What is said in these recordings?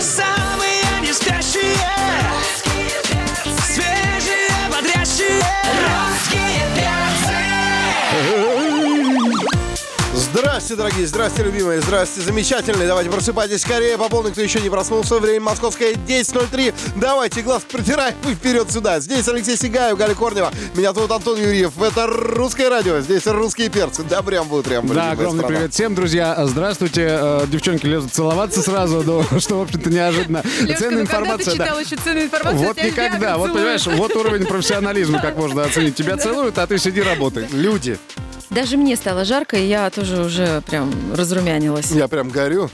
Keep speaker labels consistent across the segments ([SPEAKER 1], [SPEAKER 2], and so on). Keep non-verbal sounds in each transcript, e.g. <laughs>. [SPEAKER 1] Самые не спящие Свежие, бодрящие Русские
[SPEAKER 2] Э,
[SPEAKER 1] перцы
[SPEAKER 3] Здрасте, дорогие, здрасте, любимые, здрасте, замечательные. Давайте просыпайтесь скорее, по полной, кто еще не проснулся. Время московское 10.03. Давайте, глаз протираем и вперед сюда. Здесь Алексей Сигаев, Галя Корнева. Меня зовут Антон Юрьев. Это русское радио, здесь русские перцы. Да, прям будет, прям
[SPEAKER 2] Да, огромный привет всем, друзья. Здравствуйте. Э, Девчонки лезут целоваться сразу, <laughs> да, что, в общем-то, неожиданно.
[SPEAKER 4] Лёшка, ну когда
[SPEAKER 2] Ценная
[SPEAKER 4] ты
[SPEAKER 2] информация, да.
[SPEAKER 4] читал еще ценную информацию?
[SPEAKER 2] Вот
[SPEAKER 4] тебя
[SPEAKER 2] никогда.
[SPEAKER 4] ребята
[SPEAKER 2] Вот понимаешь,
[SPEAKER 4] целуют.
[SPEAKER 2] вот уровень профессионализма, как можно оценить. Тебя целуют, а ты сиди работай. Люди.
[SPEAKER 4] Даже мне стало жарко, и я тоже уже прям разрумянилась.
[SPEAKER 3] Я прям горю.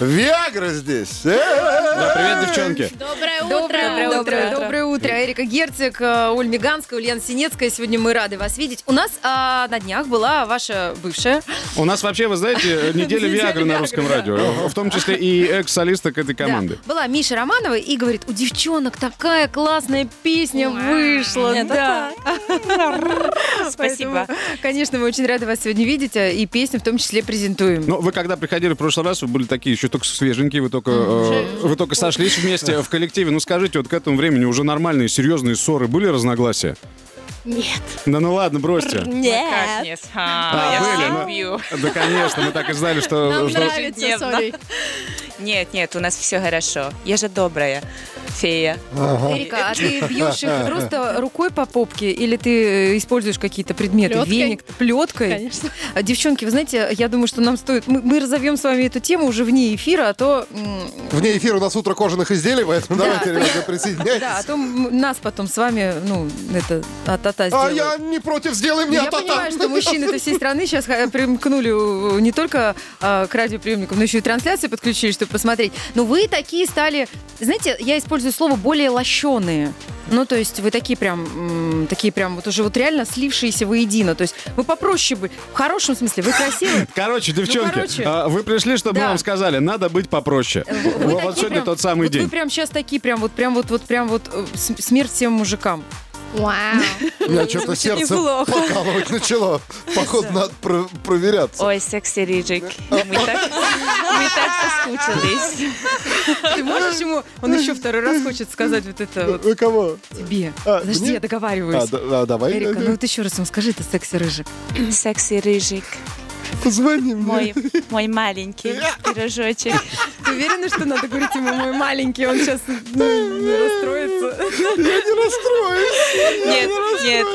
[SPEAKER 3] Виагра здесь. Э,
[SPEAKER 2] Да, привет, девчонки.
[SPEAKER 5] Доброе утро!
[SPEAKER 4] Доброе утро. Доброе утро. Эрика Герцик, э, Оль Миганская, Ульяна Синецкая. Сегодня мы рады вас видеть. У нас а, на днях была ваша бывшая.
[SPEAKER 2] У нас вообще, вы знаете, неделя
[SPEAKER 4] Неделя
[SPEAKER 2] Виагры на
[SPEAKER 4] Виагры,
[SPEAKER 2] русском
[SPEAKER 4] да.
[SPEAKER 2] радио. В том числе и экс-солисток этой
[SPEAKER 4] Да,
[SPEAKER 2] команды.
[SPEAKER 4] была Миша Романова и говорит, у девчонок такая классная песня вышла. да.
[SPEAKER 5] Спасибо.
[SPEAKER 4] Поэтому, Конечно, мы очень рады вас сегодня видеть, э, и песню в том числе презентуем.
[SPEAKER 2] Ну, вы когда приходили в прошлый раз, вы были такие еще только свеженькие, вы только, э, вы только сошлись вместе в коллективе. Ну, скажите, вот к этому времени уже нормальные, серьезные ссоры были, разногласия?
[SPEAKER 5] Нет.
[SPEAKER 2] Да ну ладно, бросьте.
[SPEAKER 5] Нет.
[SPEAKER 6] Как нет? А,
[SPEAKER 2] А,
[SPEAKER 6] я
[SPEAKER 2] были,
[SPEAKER 6] всех
[SPEAKER 2] ну.
[SPEAKER 6] люблю.
[SPEAKER 2] Да, конечно, мы так и знали, что...
[SPEAKER 5] Нам
[SPEAKER 2] что-
[SPEAKER 5] нравится,
[SPEAKER 6] Ежедневно.
[SPEAKER 5] сори.
[SPEAKER 6] Нет, нет, у нас все хорошо. Я же добрая фея.
[SPEAKER 4] Эрика, а ты бьешь их просто рукой по попке или ты э, используешь какие-то предметы?
[SPEAKER 5] Плеткой.
[SPEAKER 4] Веник, плеткой?
[SPEAKER 5] Конечно.
[SPEAKER 4] А, Девчонки, вы знаете, я думаю, что нам стоит... Мы, мы разовьем с вами эту тему уже вне эфира, а то... м,
[SPEAKER 3] Вне эфира у нас утро кожаных изделий, поэтому
[SPEAKER 4] Да.
[SPEAKER 3] давайте, ребята,
[SPEAKER 4] Да, а
[SPEAKER 3] присоединяйтесь.
[SPEAKER 4] то м, нас потом с вами, ну, это, а-та-та
[SPEAKER 3] А
[SPEAKER 4] сделают.
[SPEAKER 3] Ну, я не против, сделай мне
[SPEAKER 4] Я
[SPEAKER 3] та-та.
[SPEAKER 4] понимаю, что мужчины со всей страны сейчас э, примкнули э, не только э, к радиоприемникам, но еще и трансляции подключили, чтобы посмотреть. Но вы такие стали, знаете, я использую слово более лощеные. Ну, то есть вы такие прям, м, такие прям вот уже вот реально слившиеся воедино. То есть вы попроще бы, в хорошем смысле, вы красивые.
[SPEAKER 2] Короче, девчонки,
[SPEAKER 4] Ну, короче.
[SPEAKER 2] а, вы пришли, чтобы мы
[SPEAKER 4] Да.
[SPEAKER 2] вам сказали, надо быть попроще.
[SPEAKER 4] Вы
[SPEAKER 2] Вот
[SPEAKER 4] такие
[SPEAKER 2] сегодня
[SPEAKER 4] прям-
[SPEAKER 2] тот самый
[SPEAKER 4] вот Вы
[SPEAKER 2] день.
[SPEAKER 4] прям сейчас такие прям вот прям вот вот прям вот э, с- смерть всем мужикам.
[SPEAKER 5] Вау.
[SPEAKER 3] У меня что-то сердце покалывать начало. Походу, надо про- проверяться.
[SPEAKER 6] Ой, секси Рижик. Мы так, мы так соскучились.
[SPEAKER 4] Ты можешь ему? Он еще второй раз хочет сказать вот это вот
[SPEAKER 3] Вы кого?
[SPEAKER 4] тебе.
[SPEAKER 3] А,
[SPEAKER 4] Подожди,
[SPEAKER 3] мне?
[SPEAKER 4] я договариваюсь.
[SPEAKER 3] А, да- а, давай.
[SPEAKER 4] Эрика, ну вот еще раз ему скажи, это секси-рыжик.
[SPEAKER 6] Секси Рижик.
[SPEAKER 3] Позвони <laughs> мне.
[SPEAKER 6] Мой, мой маленький пирожочек.
[SPEAKER 4] Ты уверена, что надо говорить ему мой маленький? Он сейчас не расстроится.
[SPEAKER 3] Я не расстроюсь. я
[SPEAKER 6] Нет,
[SPEAKER 3] не
[SPEAKER 6] нет.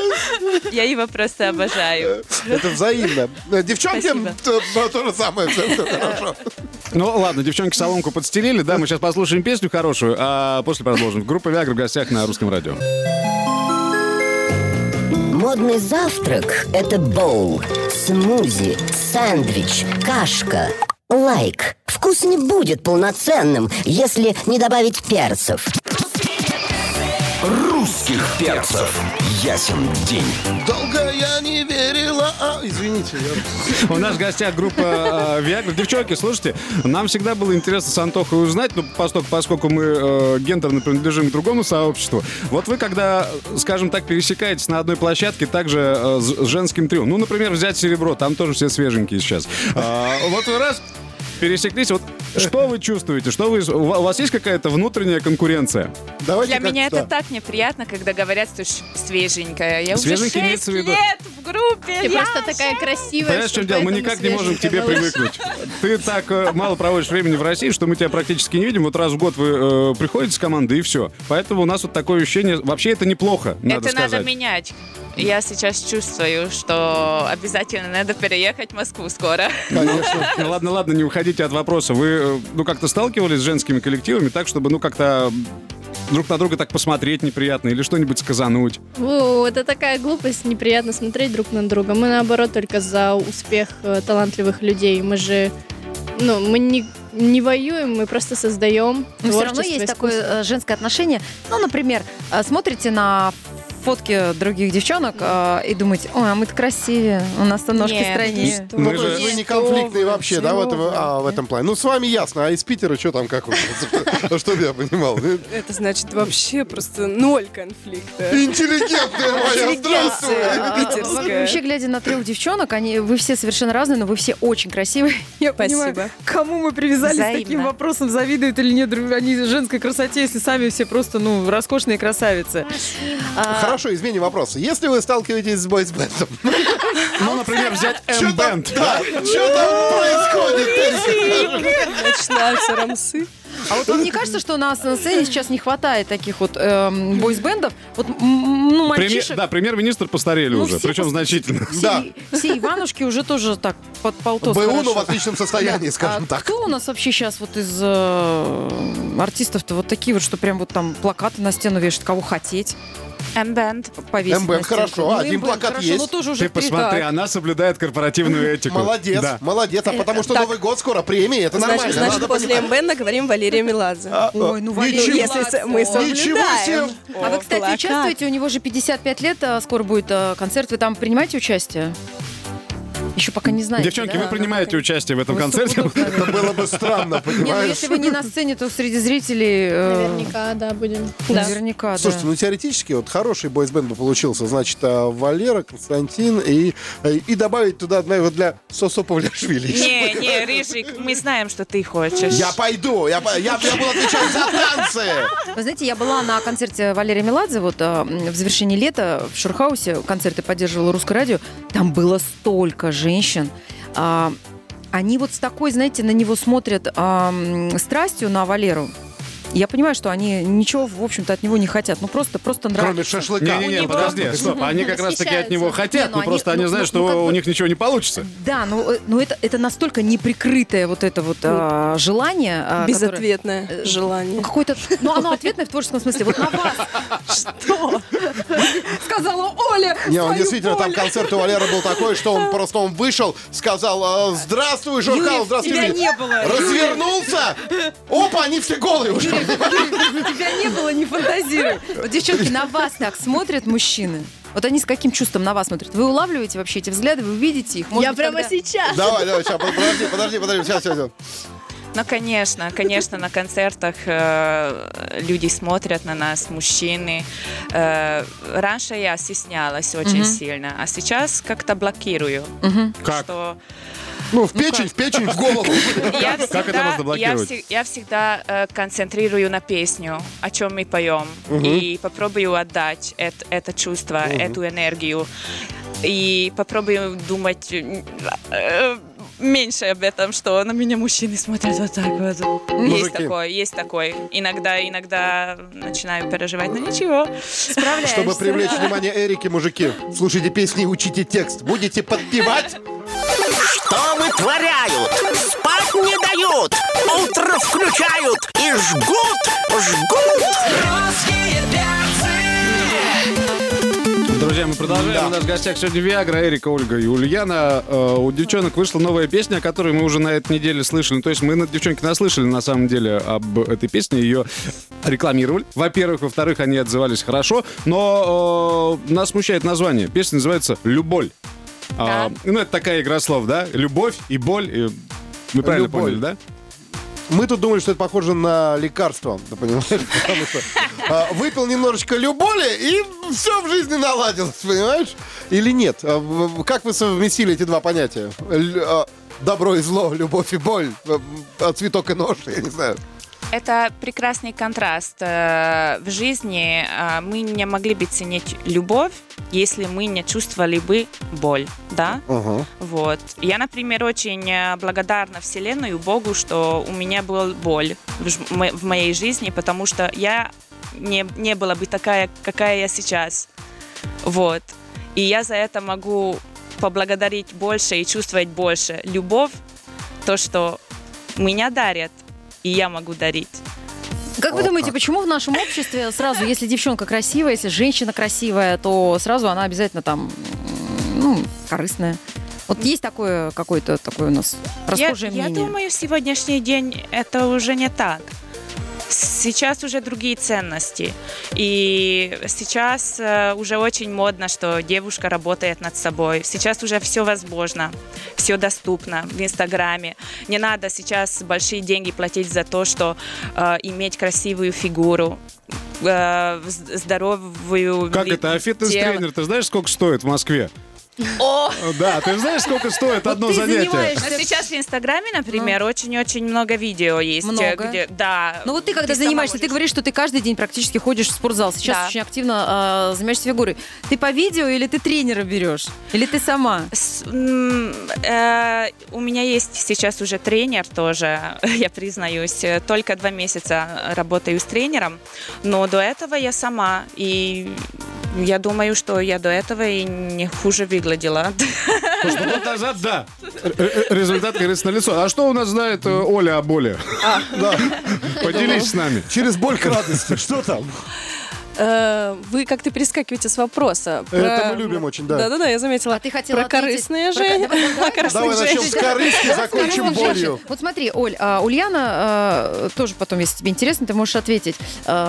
[SPEAKER 3] расстроюсь.
[SPEAKER 6] Я его просто обожаю.
[SPEAKER 3] Это взаимно. Э, Девчонки,
[SPEAKER 6] Спасибо.
[SPEAKER 3] то, то- то же самое. Все, всё хорошо.
[SPEAKER 2] Ну ладно, девчонки соломку подстелили, да, мы сейчас послушаем песню хорошую, а после продолжим. Группа Виагра в гостях на русском радио.
[SPEAKER 7] Модный завтрак – это боул, смузи, сэндвич, кашка, лайк. Вкус не будет полноценным, если не добавить перцев.
[SPEAKER 8] Русских перцев. Ясен день.
[SPEAKER 3] Долго я не верила. а, Извините. я-
[SPEAKER 2] У нас в гостях группа э, Виагра. Девчонки, слушайте, нам всегда было интересно с Антохой узнать, ну, поскольку, поскольку мы э, гендерно принадлежим к другому сообществу. Вот вы, когда, э, скажем так, пересекаетесь на одной площадке, также э, с с женским трио. Ну, например, взять серебро, там тоже все свеженькие сейчас. А, вот вы раз пересеклись, вот что вы чувствуете? Что вы, у ва- у вас есть какая-то внутренняя конкуренция?
[SPEAKER 3] Давайте
[SPEAKER 6] Для
[SPEAKER 3] Э, как-
[SPEAKER 6] меня это
[SPEAKER 3] да.
[SPEAKER 6] так неприятно, когда говорят, что ш- свеженькая. Я уже
[SPEAKER 2] Свеженький
[SPEAKER 6] шесть
[SPEAKER 2] имеется в виду?
[SPEAKER 6] лет в группе.
[SPEAKER 5] Ты
[SPEAKER 6] Я
[SPEAKER 5] просто такая красивая.
[SPEAKER 2] Понимаешь, в
[SPEAKER 5] что
[SPEAKER 2] чем дело? Мы
[SPEAKER 5] поэтому
[SPEAKER 2] никак не можем к тебе
[SPEAKER 5] свеженькая.
[SPEAKER 2] привыкнуть. <laughs> Ты так э, мало проводишь времени в России, что мы тебя практически не видим. Вот раз в год вы э, приходите с командой, и все. Поэтому у нас вот такое ощущение... Вообще это неплохо, надо
[SPEAKER 6] это надо
[SPEAKER 2] сказать.
[SPEAKER 6] менять. Я сейчас чувствую, что обязательно надо переехать в Москву скоро.
[SPEAKER 2] Конечно. Ну, Ладно, ладно, не уходите от вопроса. Вы, э, ну, как-то сталкивались с женскими коллективами так, чтобы, ну, как-то друг на друга так посмотреть неприятно или что-нибудь сказануть.
[SPEAKER 5] Фу, это такая глупость, неприятно смотреть друг на друга. Мы наоборот только за успех э, талантливых людей. Мы же, ну, мы не, не воюем, мы просто создаем
[SPEAKER 4] Но все равно есть такое э, женское отношение. Ну, например, э, смотрите на фотки других девчонок э, и думать, ой, а мы-то красивее, у нас-то ножки
[SPEAKER 6] Нет,
[SPEAKER 4] страннее.
[SPEAKER 3] Ну,
[SPEAKER 2] Мы
[SPEAKER 3] то
[SPEAKER 2] же-
[SPEAKER 3] есть вы не
[SPEAKER 4] Нет,
[SPEAKER 3] конфликтные
[SPEAKER 4] что вы,
[SPEAKER 3] вообще, да, в, этом,
[SPEAKER 4] чего
[SPEAKER 3] а,
[SPEAKER 4] вы.
[SPEAKER 3] в этом плане. Ну, с вами ясно, а из Питера что там, как вы? <laughs> Чтобы я понимал.
[SPEAKER 9] Это значит вообще просто ноль конфликта.
[SPEAKER 3] Интеллигентная моя, здравствуй!
[SPEAKER 9] Интеллигенция
[SPEAKER 4] Во-
[SPEAKER 9] питерская.
[SPEAKER 4] Вообще, глядя на трех девчонок, они, вы все совершенно разные, но вы все очень красивые. <laughs> Я
[SPEAKER 9] Спасибо.
[SPEAKER 4] понимаю, кому мы привязались
[SPEAKER 6] Взаимно.
[SPEAKER 4] таким вопросом, завидуют или нет друг- они женской красоте, если сами все просто, ну, роскошные красавицы. А,
[SPEAKER 3] Хорошо, изменим вопрос. Если вы сталкиваетесь с бойсбендом,
[SPEAKER 2] Ну, например, взять
[SPEAKER 3] что там,
[SPEAKER 2] M-Band.
[SPEAKER 3] да, чё там происходит?
[SPEAKER 9] Начинаются рамсы.
[SPEAKER 4] А вот вам не кажется, что у нас на сцене сейчас не хватает таких вот эм, бойсбендов? Вот, м, м, ну,
[SPEAKER 2] Премьер-
[SPEAKER 4] мальчишек.
[SPEAKER 2] да, премьер-министр постарели
[SPEAKER 4] Ну,
[SPEAKER 2] уже,
[SPEAKER 4] все
[SPEAKER 2] причем
[SPEAKER 4] пос-
[SPEAKER 2] значительно.
[SPEAKER 4] Все,
[SPEAKER 3] Да.
[SPEAKER 4] все Иванушки уже тоже так под полтос
[SPEAKER 3] БУ,
[SPEAKER 4] хорошо.
[SPEAKER 3] но в отличном состоянии, скажем
[SPEAKER 4] А
[SPEAKER 3] так.
[SPEAKER 4] Кто у нас вообще сейчас вот из э, артистов-то вот такие вот, что прям вот там плакаты на стену вешают, кого хотеть
[SPEAKER 6] Эмбэнд.
[SPEAKER 4] повесить?
[SPEAKER 3] МБ,
[SPEAKER 4] на стенку?
[SPEAKER 3] хорошо,
[SPEAKER 4] Ну,
[SPEAKER 3] один
[SPEAKER 4] МБ,
[SPEAKER 3] плакат
[SPEAKER 4] хорошо,
[SPEAKER 3] есть.
[SPEAKER 4] Ну тоже уже
[SPEAKER 2] Ты
[SPEAKER 4] три-
[SPEAKER 2] посмотри,
[SPEAKER 4] так.
[SPEAKER 2] она соблюдает корпоративную этику.
[SPEAKER 3] Молодец,
[SPEAKER 2] Да.
[SPEAKER 3] молодец. А потому что
[SPEAKER 4] Э, так.
[SPEAKER 3] Новый год скоро, премии, это
[SPEAKER 9] Значит,
[SPEAKER 3] нормально.
[SPEAKER 9] значит
[SPEAKER 3] надо
[SPEAKER 9] после
[SPEAKER 3] понимать.
[SPEAKER 9] МБ говорим Валерия Меладзе.
[SPEAKER 3] А, а,
[SPEAKER 4] Ой, ну, Валерий,
[SPEAKER 3] ничего-
[SPEAKER 9] Если с- мы
[SPEAKER 3] Ничего
[SPEAKER 9] соблюдаем.
[SPEAKER 3] себе!
[SPEAKER 4] А вы, кстати,
[SPEAKER 9] Плакат.
[SPEAKER 4] участвуете? У него же 55 лет, а, скоро будет а, концерт. Вы там принимаете участие? Еще пока не знаете.
[SPEAKER 2] Девчонки,
[SPEAKER 4] да?
[SPEAKER 2] вы принимаете участие в этом концерте?
[SPEAKER 3] Это было бы странно,
[SPEAKER 4] Нет, ну
[SPEAKER 3] понимаешь?
[SPEAKER 4] если вы не на сцене, то среди зрителей... э,
[SPEAKER 5] Наверняка, да, будем. Да.
[SPEAKER 4] Наверняка, да.
[SPEAKER 3] Слушайте, ну теоретически вот хороший бойсбенд бы получился. Значит, а, Валера, Константин и, э, и добавить туда наверное, для Сосо Павлишвили.
[SPEAKER 6] Не, не, Рыжик, мы знаем, что ты хочешь.
[SPEAKER 3] Я пойду, я, по- я, я буду отвечать за танцы.
[SPEAKER 4] Вы знаете, я была на концерте Валерия Меладзе вот а, м, в завершении лета в Шурхаусе. Концерты поддерживала Русское радио. Там было столько женщин. А, они вот с такой, знаете, на него смотрят а, м, страстью на Валеру. Я понимаю, что они ничего, в общем-то, от него не хотят. Ну просто, просто
[SPEAKER 3] Кроме
[SPEAKER 4] нравится.
[SPEAKER 3] шашлыка.
[SPEAKER 2] Не-не-не, подожди, стоп. Они как раз таки от него хотят,
[SPEAKER 4] Не, ну
[SPEAKER 2] но просто
[SPEAKER 4] они-
[SPEAKER 2] они
[SPEAKER 4] ну,
[SPEAKER 2] знают,
[SPEAKER 4] ну, ну, как
[SPEAKER 2] что у
[SPEAKER 4] бы-
[SPEAKER 2] них ничего не получится.
[SPEAKER 4] Да, но, но это, это настолько неприкрытое вот это вот а, желание. а, которое-
[SPEAKER 9] Безответное
[SPEAKER 4] э,
[SPEAKER 9] желание.
[SPEAKER 4] Какое-то, ну оно ответное в творческом смысле. Вот на вас. Что? Сказала Оля.
[SPEAKER 3] Не, он
[SPEAKER 4] свою
[SPEAKER 3] действительно, там
[SPEAKER 4] боль.
[SPEAKER 3] концерт у Валеры был такой, что он просто он вышел, сказал, э, здравствуй, Журкал,
[SPEAKER 4] Юрий,
[SPEAKER 3] здравствуй,
[SPEAKER 4] тебя
[SPEAKER 3] Юрий».
[SPEAKER 4] не было.
[SPEAKER 3] Развернулся, опа, они все голые уже.
[SPEAKER 4] Тебя не было, не фантазируй. Вот девчонки на вас так смотрят мужчины. Вот они с каким чувством на вас смотрят? Вы улавливаете вообще эти взгляды, вы видите их? Может
[SPEAKER 5] Я
[SPEAKER 4] быть,
[SPEAKER 5] прямо
[SPEAKER 4] когда-
[SPEAKER 5] сейчас.
[SPEAKER 3] Давай, давай, сейчас, подожди, подожди, подожди, сейчас, сейчас.
[SPEAKER 6] Ну, конечно, конечно, на концертах э, люди смотрят на нас, мужчины. Э, раньше я стеснялась очень
[SPEAKER 4] Мгм.
[SPEAKER 6] сильно, а сейчас как-то блокирую.
[SPEAKER 4] Мгм.
[SPEAKER 2] Как?
[SPEAKER 6] Что
[SPEAKER 3] Ну, в печень, в печень, в
[SPEAKER 4] <laughs>
[SPEAKER 3] голову.
[SPEAKER 6] я
[SPEAKER 2] как это
[SPEAKER 6] всегда-
[SPEAKER 2] можно блокировать?
[SPEAKER 6] Я, всег- я всегда э, концентрирую на песню, о чем мы поем, и попробую отдать эт- это чувство, эту энергию, и попробую думать э, э, меньше об этом, что на меня мужчины смотрят вот так вот. Есть
[SPEAKER 3] Мужики.
[SPEAKER 6] такое, есть такое. Иногда, иногда начинаю переживать, но ничего.
[SPEAKER 3] Чтобы
[SPEAKER 4] Справляешься.
[SPEAKER 3] привлечь внимание Эрики, мужики, слушайте песни и учите текст. Будете подпевать?
[SPEAKER 1] Что вытворяют? Спать не дают! Утро включают и жгут, жгут! Русские перцы!
[SPEAKER 2] Друзья, мы продолжаем. У нас в гостях сегодня Виагра, Эрика, Ольга и Ульяна. Э, У девчонок вышла новая песня, о которой мы уже на этой неделе слышали. Ну, То есть мы, на- девчонки, наслышали на самом деле об этой песне. Ее рекламировали, во-первых. Во-вторых, они отзывались хорошо. Но э, нас смущает название. Песня называется «Люболь». А, ну, это такая игра слов, да? Любовь и боль. и- Вы правильно
[SPEAKER 3] Любовь.
[SPEAKER 2] поняли, да?
[SPEAKER 3] Мы тут думали, что это похоже на лекарство, ты <laughs> понимаешь? Потому что а, выпил немножечко люболи, и все в жизни наладилось, понимаешь? Или нет? А, в- в- Как вы совместили эти два понятия? Ль- а, Добро и зло, любовь и боль, а, а, цветок и нож, я не знаю.
[SPEAKER 6] Это прекрасный контраст. Э, В жизни э, мы не могли бы ценить любовь, если мы не чувствовали бы боль, да? Вот. Я, например, очень э, благодарна Вселенной и Богу, что у меня была боль в, ж- мо- в моей жизни, потому что я не, не была бы такая, какая я сейчас. Вот. И я за это могу поблагодарить больше и чувствовать больше. Любовь, то, что меня дарят, и я могу дарить.
[SPEAKER 4] Как вы думаете, почему в нашем обществе сразу, если девчонка красивая, если женщина красивая, то сразу она обязательно там, м, ну, корыстная? Вот есть такое какое-то такое у нас
[SPEAKER 6] Я,
[SPEAKER 4] расхожее
[SPEAKER 6] я
[SPEAKER 4] мнение?
[SPEAKER 6] думаю, в сегодняшний день это уже не так. Сейчас уже другие ценности. И сейчас э, уже очень модно, что девушка работает над собой. Сейчас уже все возможно, все доступно в Инстаграме. Не надо сейчас большие деньги платить за то, что э, иметь красивую фигуру, э, вз-
[SPEAKER 4] Ну,
[SPEAKER 6] здоровую.
[SPEAKER 2] Как
[SPEAKER 6] ли-
[SPEAKER 2] это? А
[SPEAKER 6] тело.
[SPEAKER 2] фитнес-тренер, ты знаешь, сколько стоит в Москве?
[SPEAKER 6] О!
[SPEAKER 2] Да, ты знаешь, сколько стоит
[SPEAKER 3] Ну,
[SPEAKER 2] одно
[SPEAKER 4] ты
[SPEAKER 2] занятие?
[SPEAKER 4] занимаешься.
[SPEAKER 6] Но сейчас в Инстаграме,
[SPEAKER 9] Ну.
[SPEAKER 6] например, очень-очень много видео есть.
[SPEAKER 4] Много.
[SPEAKER 6] Где, да.
[SPEAKER 4] Ну вот ты когда
[SPEAKER 6] сама
[SPEAKER 4] занимаешься, ты
[SPEAKER 6] можешь-
[SPEAKER 4] говоришь, что ты каждый день практически ходишь в спортзал. Сейчас
[SPEAKER 6] Да.
[SPEAKER 4] очень активно э, занимаешься фигурой. Ты по видео или ты тренера берешь? Или ты сама?
[SPEAKER 6] С- м, э, у меня есть сейчас уже тренер тоже, <laughs> я признаюсь. Э, Только два месяца работаю с тренером, но до этого я сама. И я думаю, что я до этого и не хуже выглядела. <laughs>
[SPEAKER 2] Потому что год назад, да. Р- р- Э, Результат, как говорится, налицо. А что у нас знает э, Оля о боли? Поделись с нами.
[SPEAKER 3] Через боль к радости. <laughs> Что там?
[SPEAKER 9] Э, Вы как-то перескакиваете с вопроса.
[SPEAKER 3] Это мы любим очень, да.
[SPEAKER 9] Да-да-да, я заметила.
[SPEAKER 4] А ты хотела
[SPEAKER 9] <laughs> Про
[SPEAKER 4] ответить?
[SPEAKER 9] корыстные
[SPEAKER 4] Про-
[SPEAKER 9] жени-
[SPEAKER 4] давай, давай,
[SPEAKER 9] о корыстных
[SPEAKER 3] Давай начнем с
[SPEAKER 9] женщинах.
[SPEAKER 3] корыстки, закончим
[SPEAKER 4] Корыстных женщин.
[SPEAKER 3] болью.
[SPEAKER 4] Вот смотри, Оль, а, Ульяна э, тоже потом, если тебе интересно, ты можешь ответить.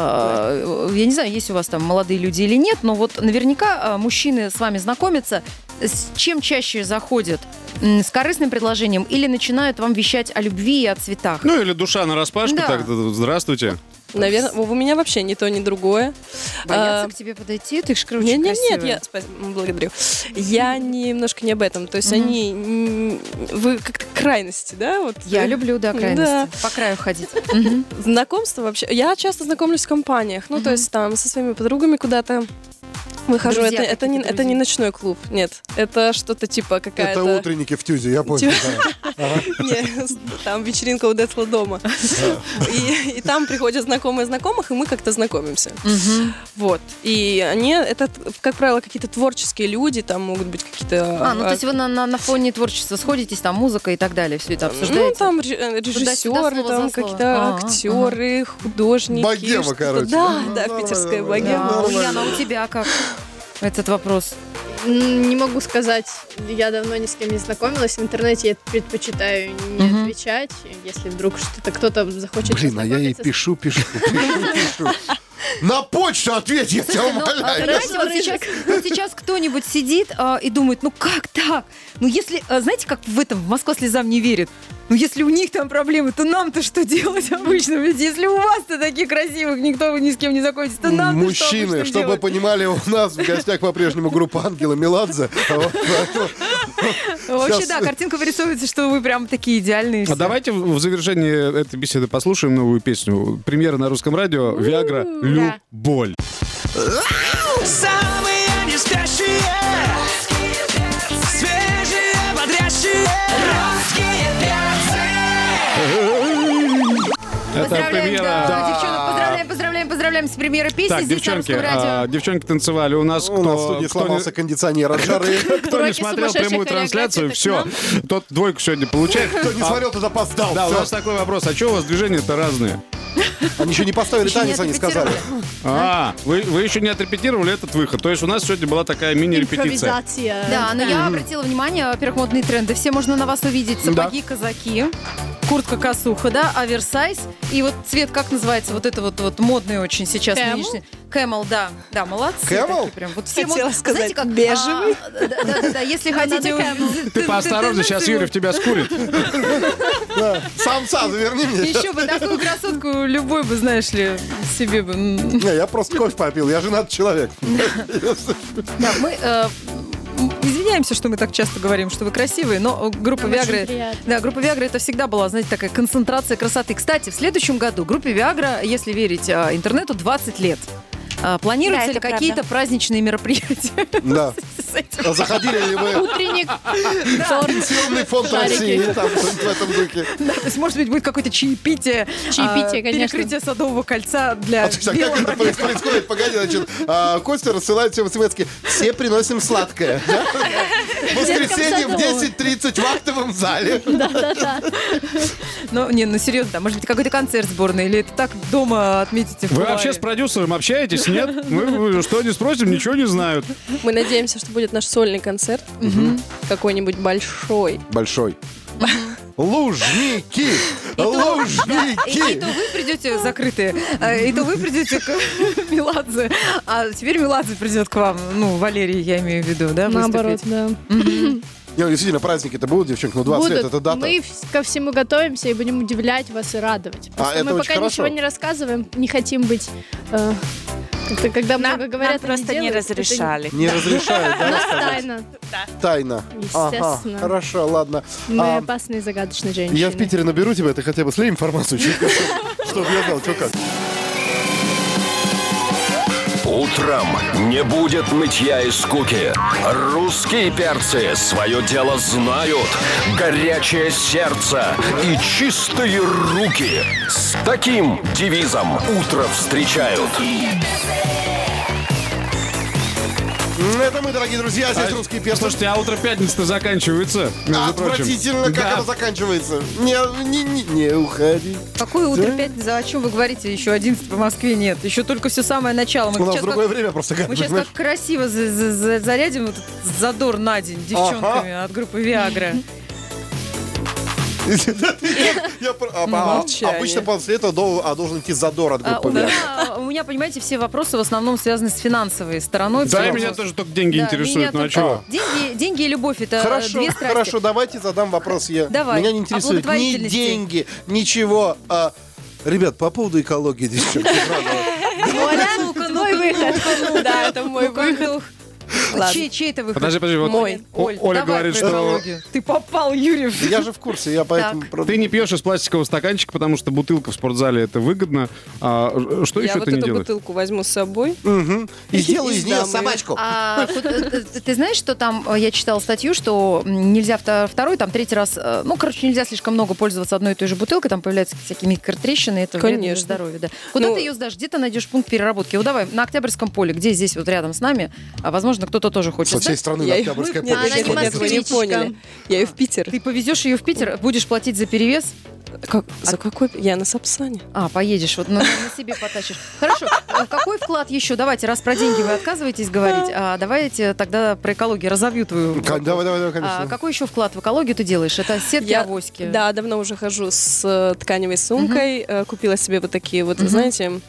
[SPEAKER 4] Э, Я не знаю, есть у вас там молодые люди или нет, но вот наверняка э, мужчины с вами знакомятся. С чем чаще заходят? М, С корыстным предложением или начинают вам вещать о любви и о цветах?
[SPEAKER 2] Ну или душа на распашку,
[SPEAKER 4] Да.
[SPEAKER 2] так, э, здравствуйте.
[SPEAKER 9] Наверное, у меня вообще ни то, ни другое.
[SPEAKER 4] Боятся
[SPEAKER 9] а,
[SPEAKER 4] к тебе подойти? Ты ж кру-
[SPEAKER 9] Нет,
[SPEAKER 4] очень
[SPEAKER 9] нет, нет,
[SPEAKER 4] красивая.
[SPEAKER 9] я спа- м, благодарю. Я немножко не об этом. То есть они, м, вы как-то крайности, да? Вот
[SPEAKER 4] Я
[SPEAKER 9] э,
[SPEAKER 4] люблю, да,
[SPEAKER 9] Да.
[SPEAKER 4] крайности. По краю ходить. Мгм.
[SPEAKER 9] знакомство вообще. Я часто знакомлюсь в компаниях, ну то есть там со своими подругами куда-то. Выхожу,
[SPEAKER 4] Друзья
[SPEAKER 9] это, это, не,
[SPEAKER 4] какие-то,
[SPEAKER 9] это не
[SPEAKER 4] друзья.
[SPEAKER 9] ночной клуб, нет. Это что-то типа какая-то...
[SPEAKER 3] Это утренники в Тюзе, я понял. да.
[SPEAKER 9] <laughs> Не, с- там вечеринка у Децла дома. И, и там приходят знакомые знакомых, и мы как-то знакомимся.
[SPEAKER 4] Мгм.
[SPEAKER 9] Вот. И они, это, как правило, какие-то творческие люди, там могут быть какие-то...
[SPEAKER 4] А, ну то есть вы на- на на фоне творчества сходитесь, там музыка и так далее, все это
[SPEAKER 9] ну,
[SPEAKER 4] обсуждаете?
[SPEAKER 9] там реж- э,
[SPEAKER 4] Туда-сюда,
[SPEAKER 9] режиссеры,
[SPEAKER 4] слово за
[SPEAKER 9] там
[SPEAKER 4] слово.
[SPEAKER 9] какие-то
[SPEAKER 4] А, ага.
[SPEAKER 9] актеры, художники.
[SPEAKER 3] Богема,
[SPEAKER 9] что-то.
[SPEAKER 3] короче.
[SPEAKER 9] Да,
[SPEAKER 3] Ну,
[SPEAKER 9] да,
[SPEAKER 3] нормально,
[SPEAKER 9] питерская
[SPEAKER 3] нормально.
[SPEAKER 9] богема.
[SPEAKER 4] Да,
[SPEAKER 3] Нормально.
[SPEAKER 4] Ульяна, а у тебя как? Этот вопрос.
[SPEAKER 5] М, Не могу сказать, я давно ни с кем не знакомилась. В интернете я предпочитаю не
[SPEAKER 4] Мгм.
[SPEAKER 5] отвечать, если вдруг что-то кто-то захочет.
[SPEAKER 3] Блин, а я ей
[SPEAKER 5] познакомиться с-
[SPEAKER 3] пишу, пишу, пишу, пишу. На почту ответь, я тебя
[SPEAKER 4] Слушайте, ну, а,
[SPEAKER 3] умоляю.
[SPEAKER 4] знаете, вот сейчас, вот сейчас кто-нибудь сидит а, и думает, ну как так? Ну если, а, знаете, как в этом, в Москва слезам не верит. Ну если у них там проблемы, то нам-то что делать обычно? Ведь если у вас-то таких красивых, никто вы ни с кем не закончится, то нам
[SPEAKER 3] Мужчины, чтобы вы понимали, у нас в гостях по-прежнему группа Ангела Меладзе. А вот поэтому-
[SPEAKER 4] А Вообще,
[SPEAKER 3] Сейчас.
[SPEAKER 4] да, картинка вырисовывается, что вы прям такие идеальные.
[SPEAKER 2] А
[SPEAKER 4] все.
[SPEAKER 2] давайте в в завершении этой беседы послушаем новую песню. Премьера на русском радио «Виагра. Люболь».
[SPEAKER 1] Самые неспящие Свежие, бодрящие Русские перцы
[SPEAKER 2] Это
[SPEAKER 4] Поздравляем,
[SPEAKER 2] премьера...
[SPEAKER 4] да, девчонок, поздравляем, поздравляем, поздравляем с премьеры песни
[SPEAKER 2] Так,
[SPEAKER 4] здесь
[SPEAKER 2] девчонки,
[SPEAKER 4] на русском радио.
[SPEAKER 2] а, девчонки танцевали. У нас
[SPEAKER 3] У нас
[SPEAKER 2] кто,
[SPEAKER 3] тут не
[SPEAKER 2] кто
[SPEAKER 3] сломался кондиционер от жары.
[SPEAKER 2] кто не
[SPEAKER 5] Уроки
[SPEAKER 2] смотрел
[SPEAKER 5] сумасшедшей
[SPEAKER 2] прямую
[SPEAKER 5] хореографии,
[SPEAKER 2] трансляцию,
[SPEAKER 5] это к
[SPEAKER 2] все, тот двойку сегодня получает.
[SPEAKER 3] <laughs> Кто не
[SPEAKER 2] А,
[SPEAKER 3] смотрел, тот опоздал.
[SPEAKER 2] Да, у
[SPEAKER 3] Всё.
[SPEAKER 2] нас такой вопрос. А что у вас движения-то разные?
[SPEAKER 3] Они еще не поставили
[SPEAKER 4] Еще не
[SPEAKER 3] танец, они сказали.
[SPEAKER 4] отрепетировали.
[SPEAKER 2] А, вы, вы еще не отрепетировали этот выход. То есть у нас сегодня была такая мини-репетиция.
[SPEAKER 5] Импровизация.
[SPEAKER 4] Да, но я обратила внимание, во-первых, модные тренды. Все можно на вас увидеть. Сапоги, казаки, куртка косуха, да, оверсайз. И вот цвет, как называется, вот это вот, вот модный очень сейчас
[SPEAKER 5] Camel?
[SPEAKER 4] нынешний. Кэмл, да. Да, молодцы.
[SPEAKER 3] Camel?
[SPEAKER 4] такие Прям. Вот все
[SPEAKER 9] Хотела
[SPEAKER 4] мод-
[SPEAKER 9] сказать,
[SPEAKER 4] знаете, как,
[SPEAKER 9] бежевый.
[SPEAKER 4] а, да, да, да, да, если хотите...
[SPEAKER 2] Ты поосторожней, сейчас Юрий в тебя скурит.
[SPEAKER 3] Сам сам, заверни мне.
[SPEAKER 4] Еще бы такую красотку любой бы, знаешь ли, себе бы... м.
[SPEAKER 3] Не, я просто кофе попил, я женат человек.
[SPEAKER 4] Да, мы э, м, извиняемся, что мы так часто говорим, что вы красивые, но э, группа
[SPEAKER 5] Нам очень
[SPEAKER 4] Виагры...
[SPEAKER 5] приятно.
[SPEAKER 4] Да, группа Виагра это всегда была, знаете, такая концентрация красоты. Кстати, в следующем году группе Виагра, если верить э, интернету, 20 лет. А, Планируются
[SPEAKER 6] Да,
[SPEAKER 4] ли
[SPEAKER 6] это
[SPEAKER 4] какие-то праздничные мероприятия <laughs>
[SPEAKER 3] Да.
[SPEAKER 4] с этим?
[SPEAKER 3] А Заходили ли вы
[SPEAKER 9] <laughs>
[SPEAKER 5] Утренник.
[SPEAKER 3] в Пенсионный фонд
[SPEAKER 5] Шарики.
[SPEAKER 3] России там что-нибудь в этом духе?
[SPEAKER 4] Да, то есть, может быть, будет какое-то чаепитие,
[SPEAKER 5] Чаепитие,
[SPEAKER 4] а,
[SPEAKER 5] конечно.
[SPEAKER 4] перекрытие садового кольца для
[SPEAKER 3] А ты так, как это проис- происходит? Погоди, значит, а, Костя рассылает всем смс Все приносим сладкое. да? В воскресенье в
[SPEAKER 5] саду.
[SPEAKER 3] 10.30 в актовом зале.
[SPEAKER 4] Ну, не, ну серьезно, да, может быть, какой-то концерт сборный, или это так дома отметите в
[SPEAKER 2] Вы
[SPEAKER 4] кулуаре?
[SPEAKER 2] вообще с продюсером общаетесь, нет? Мы что не спросим, ничего не знают.
[SPEAKER 9] Мы надеемся, что будет наш сольный концерт. Какой-нибудь большой.
[SPEAKER 3] Большой. Лужники!
[SPEAKER 4] И, и
[SPEAKER 3] Лужники!
[SPEAKER 4] то вы придете закрытые, а, и то вы придете к <laughs> Меладзе, а теперь Меладзе придет к вам, ну, Валерий, я имею в виду, да, выступить?
[SPEAKER 5] Наоборот, да.
[SPEAKER 3] Не, ну, действительно, праздники-то будут, девчонки, ну 20 лет,
[SPEAKER 5] Будут.
[SPEAKER 3] это дата.
[SPEAKER 5] Мы вс- ко всему готовимся и будем удивлять вас и радовать. Просто
[SPEAKER 3] А это
[SPEAKER 5] мы
[SPEAKER 3] очень
[SPEAKER 5] пока
[SPEAKER 3] хорошо.
[SPEAKER 5] ничего не рассказываем, не хотим быть... э, как-то, когда
[SPEAKER 6] Нам,
[SPEAKER 5] много
[SPEAKER 6] нам
[SPEAKER 5] говорят, и
[SPEAKER 6] просто не
[SPEAKER 5] делают, это
[SPEAKER 6] разрешали.
[SPEAKER 3] Не разрешают,
[SPEAKER 5] У
[SPEAKER 3] да,
[SPEAKER 5] нас
[SPEAKER 3] рассказывать?
[SPEAKER 5] тайна.
[SPEAKER 3] Тайна.
[SPEAKER 5] Естественно.
[SPEAKER 3] Ага, хорошо, ладно.
[SPEAKER 5] Мы
[SPEAKER 3] А,
[SPEAKER 5] опасные и загадочные женщины.
[SPEAKER 3] Я в Питере наберу тебя, ты хотя бы слей информацию, чтобы я знал, что как.
[SPEAKER 8] Утром не будет нытья и скуки. Русские перцы свое дело знают. Горячее сердце и чистые руки. С таким девизом утро встречают.
[SPEAKER 3] Ну, Это мы, дорогие друзья, здесь русские перцы.
[SPEAKER 2] Слушайте, а утро пятницы заканчивается, между прочим.
[SPEAKER 3] Отвратительно, как
[SPEAKER 2] Да.
[SPEAKER 3] это заканчивается. Не, не, не, не уходи.
[SPEAKER 4] Какое утро пятница? О чем вы говорите? Еще 11 по Москве нет. Еще только все самое начало. Мы
[SPEAKER 3] У нас
[SPEAKER 4] сейчас
[SPEAKER 3] другое
[SPEAKER 4] как,
[SPEAKER 3] время просто.
[SPEAKER 4] мы
[SPEAKER 3] как-то,
[SPEAKER 4] сейчас
[SPEAKER 3] <laughs> понимаешь?
[SPEAKER 4] так красиво за- за- за- зарядим вот этот задор на день девчонками от группы Виагра.
[SPEAKER 2] Ну,
[SPEAKER 3] Я про- а, а,
[SPEAKER 4] Молчание.
[SPEAKER 3] Обычно после этого дол- а, должен идти задор от
[SPEAKER 4] А, у,
[SPEAKER 3] группы.
[SPEAKER 4] меня, у меня, понимаете, все вопросы в основном связаны с финансовой стороной.
[SPEAKER 2] Да, и
[SPEAKER 4] всего
[SPEAKER 2] меня
[SPEAKER 4] вопроса.
[SPEAKER 2] тоже только
[SPEAKER 4] Да,
[SPEAKER 2] деньги
[SPEAKER 4] меня
[SPEAKER 2] интересуют, ну а
[SPEAKER 4] тут-
[SPEAKER 2] чего?
[SPEAKER 4] Деньги, деньги и любовь это э,
[SPEAKER 3] Хорошо,
[SPEAKER 4] две страсти.
[SPEAKER 3] хорошо, давайте задам вопрос я.
[SPEAKER 4] Давай.
[SPEAKER 3] Меня не интересует
[SPEAKER 4] О
[SPEAKER 3] ни
[SPEAKER 4] благотворительности.
[SPEAKER 3] деньги, ничего. а, Ребят, по поводу экологии девчонки, правда.
[SPEAKER 4] Оля, ну-ка,
[SPEAKER 9] Мой
[SPEAKER 4] ну-ка,
[SPEAKER 9] выход. Да, это мой
[SPEAKER 4] ну-ка,
[SPEAKER 9] выход.
[SPEAKER 4] ну-ка.
[SPEAKER 9] Ладно.
[SPEAKER 4] Чей, чей это выход?
[SPEAKER 2] Подожди, подожди, вот
[SPEAKER 9] Мой.
[SPEAKER 2] О-
[SPEAKER 4] Оль,
[SPEAKER 2] Оля
[SPEAKER 4] давай
[SPEAKER 2] говорит,
[SPEAKER 4] про
[SPEAKER 2] что
[SPEAKER 4] экологию. Ты попал, Юрьев.
[SPEAKER 3] Я же в курсе, я поэтому... про-
[SPEAKER 2] ты не пьешь из пластикового стаканчика, потому что бутылка в спортзале это выгодно. А, что
[SPEAKER 9] Я
[SPEAKER 2] еще
[SPEAKER 9] вот
[SPEAKER 2] ты не
[SPEAKER 9] эту
[SPEAKER 2] делаешь? Ну,
[SPEAKER 9] бутылку возьму с собой.
[SPEAKER 3] Мгм. И сделаю
[SPEAKER 9] И
[SPEAKER 3] из нее
[SPEAKER 9] сдам ее.
[SPEAKER 3] собачку.
[SPEAKER 4] А, вот, э, э, ты знаешь, что там, э, я читала статью, что м, нельзя вто- второй, там третий раз, э, ну, короче, нельзя слишком много пользоваться одной и той же бутылкой, там появляются всякие микротрещины, это вредно для
[SPEAKER 9] Конечно.
[SPEAKER 4] здоровья. Да. Куда
[SPEAKER 9] Ну-
[SPEAKER 4] ты ее сдашь? Где ты найдешь пункт переработки? Вот давай, на Октябрьском поле, где здесь вот рядом с нами, а, возможно, кто-то тоже
[SPEAKER 3] Со
[SPEAKER 4] хочет.
[SPEAKER 3] всей
[SPEAKER 4] сдать.
[SPEAKER 3] страны на
[SPEAKER 9] Я ее
[SPEAKER 3] Октябрьское
[SPEAKER 4] нет,
[SPEAKER 3] поле.
[SPEAKER 4] она не
[SPEAKER 3] Что
[SPEAKER 9] вы не
[SPEAKER 5] москвичка.
[SPEAKER 9] поняли. Я ее в Питер.
[SPEAKER 4] Ты повезешь ее в Питер, будешь платить за перевес,
[SPEAKER 9] Как- За какой? Я на Сапсане.
[SPEAKER 4] а, поедешь, вот на, на себе потащишь. Хорошо, а какой вклад еще? Давайте, раз про деньги вы отказываетесь говорить, а давайте тогда про экологию разовью твою.
[SPEAKER 3] Кон- Давай, давай, давай,
[SPEAKER 4] А
[SPEAKER 3] конечно.
[SPEAKER 4] какой еще вклад в экологию ты делаешь? Это сетки авоськи.
[SPEAKER 9] Да, давно уже хожу с э, тканевой сумкой. Э, Купила себе вот такие вот, знаете,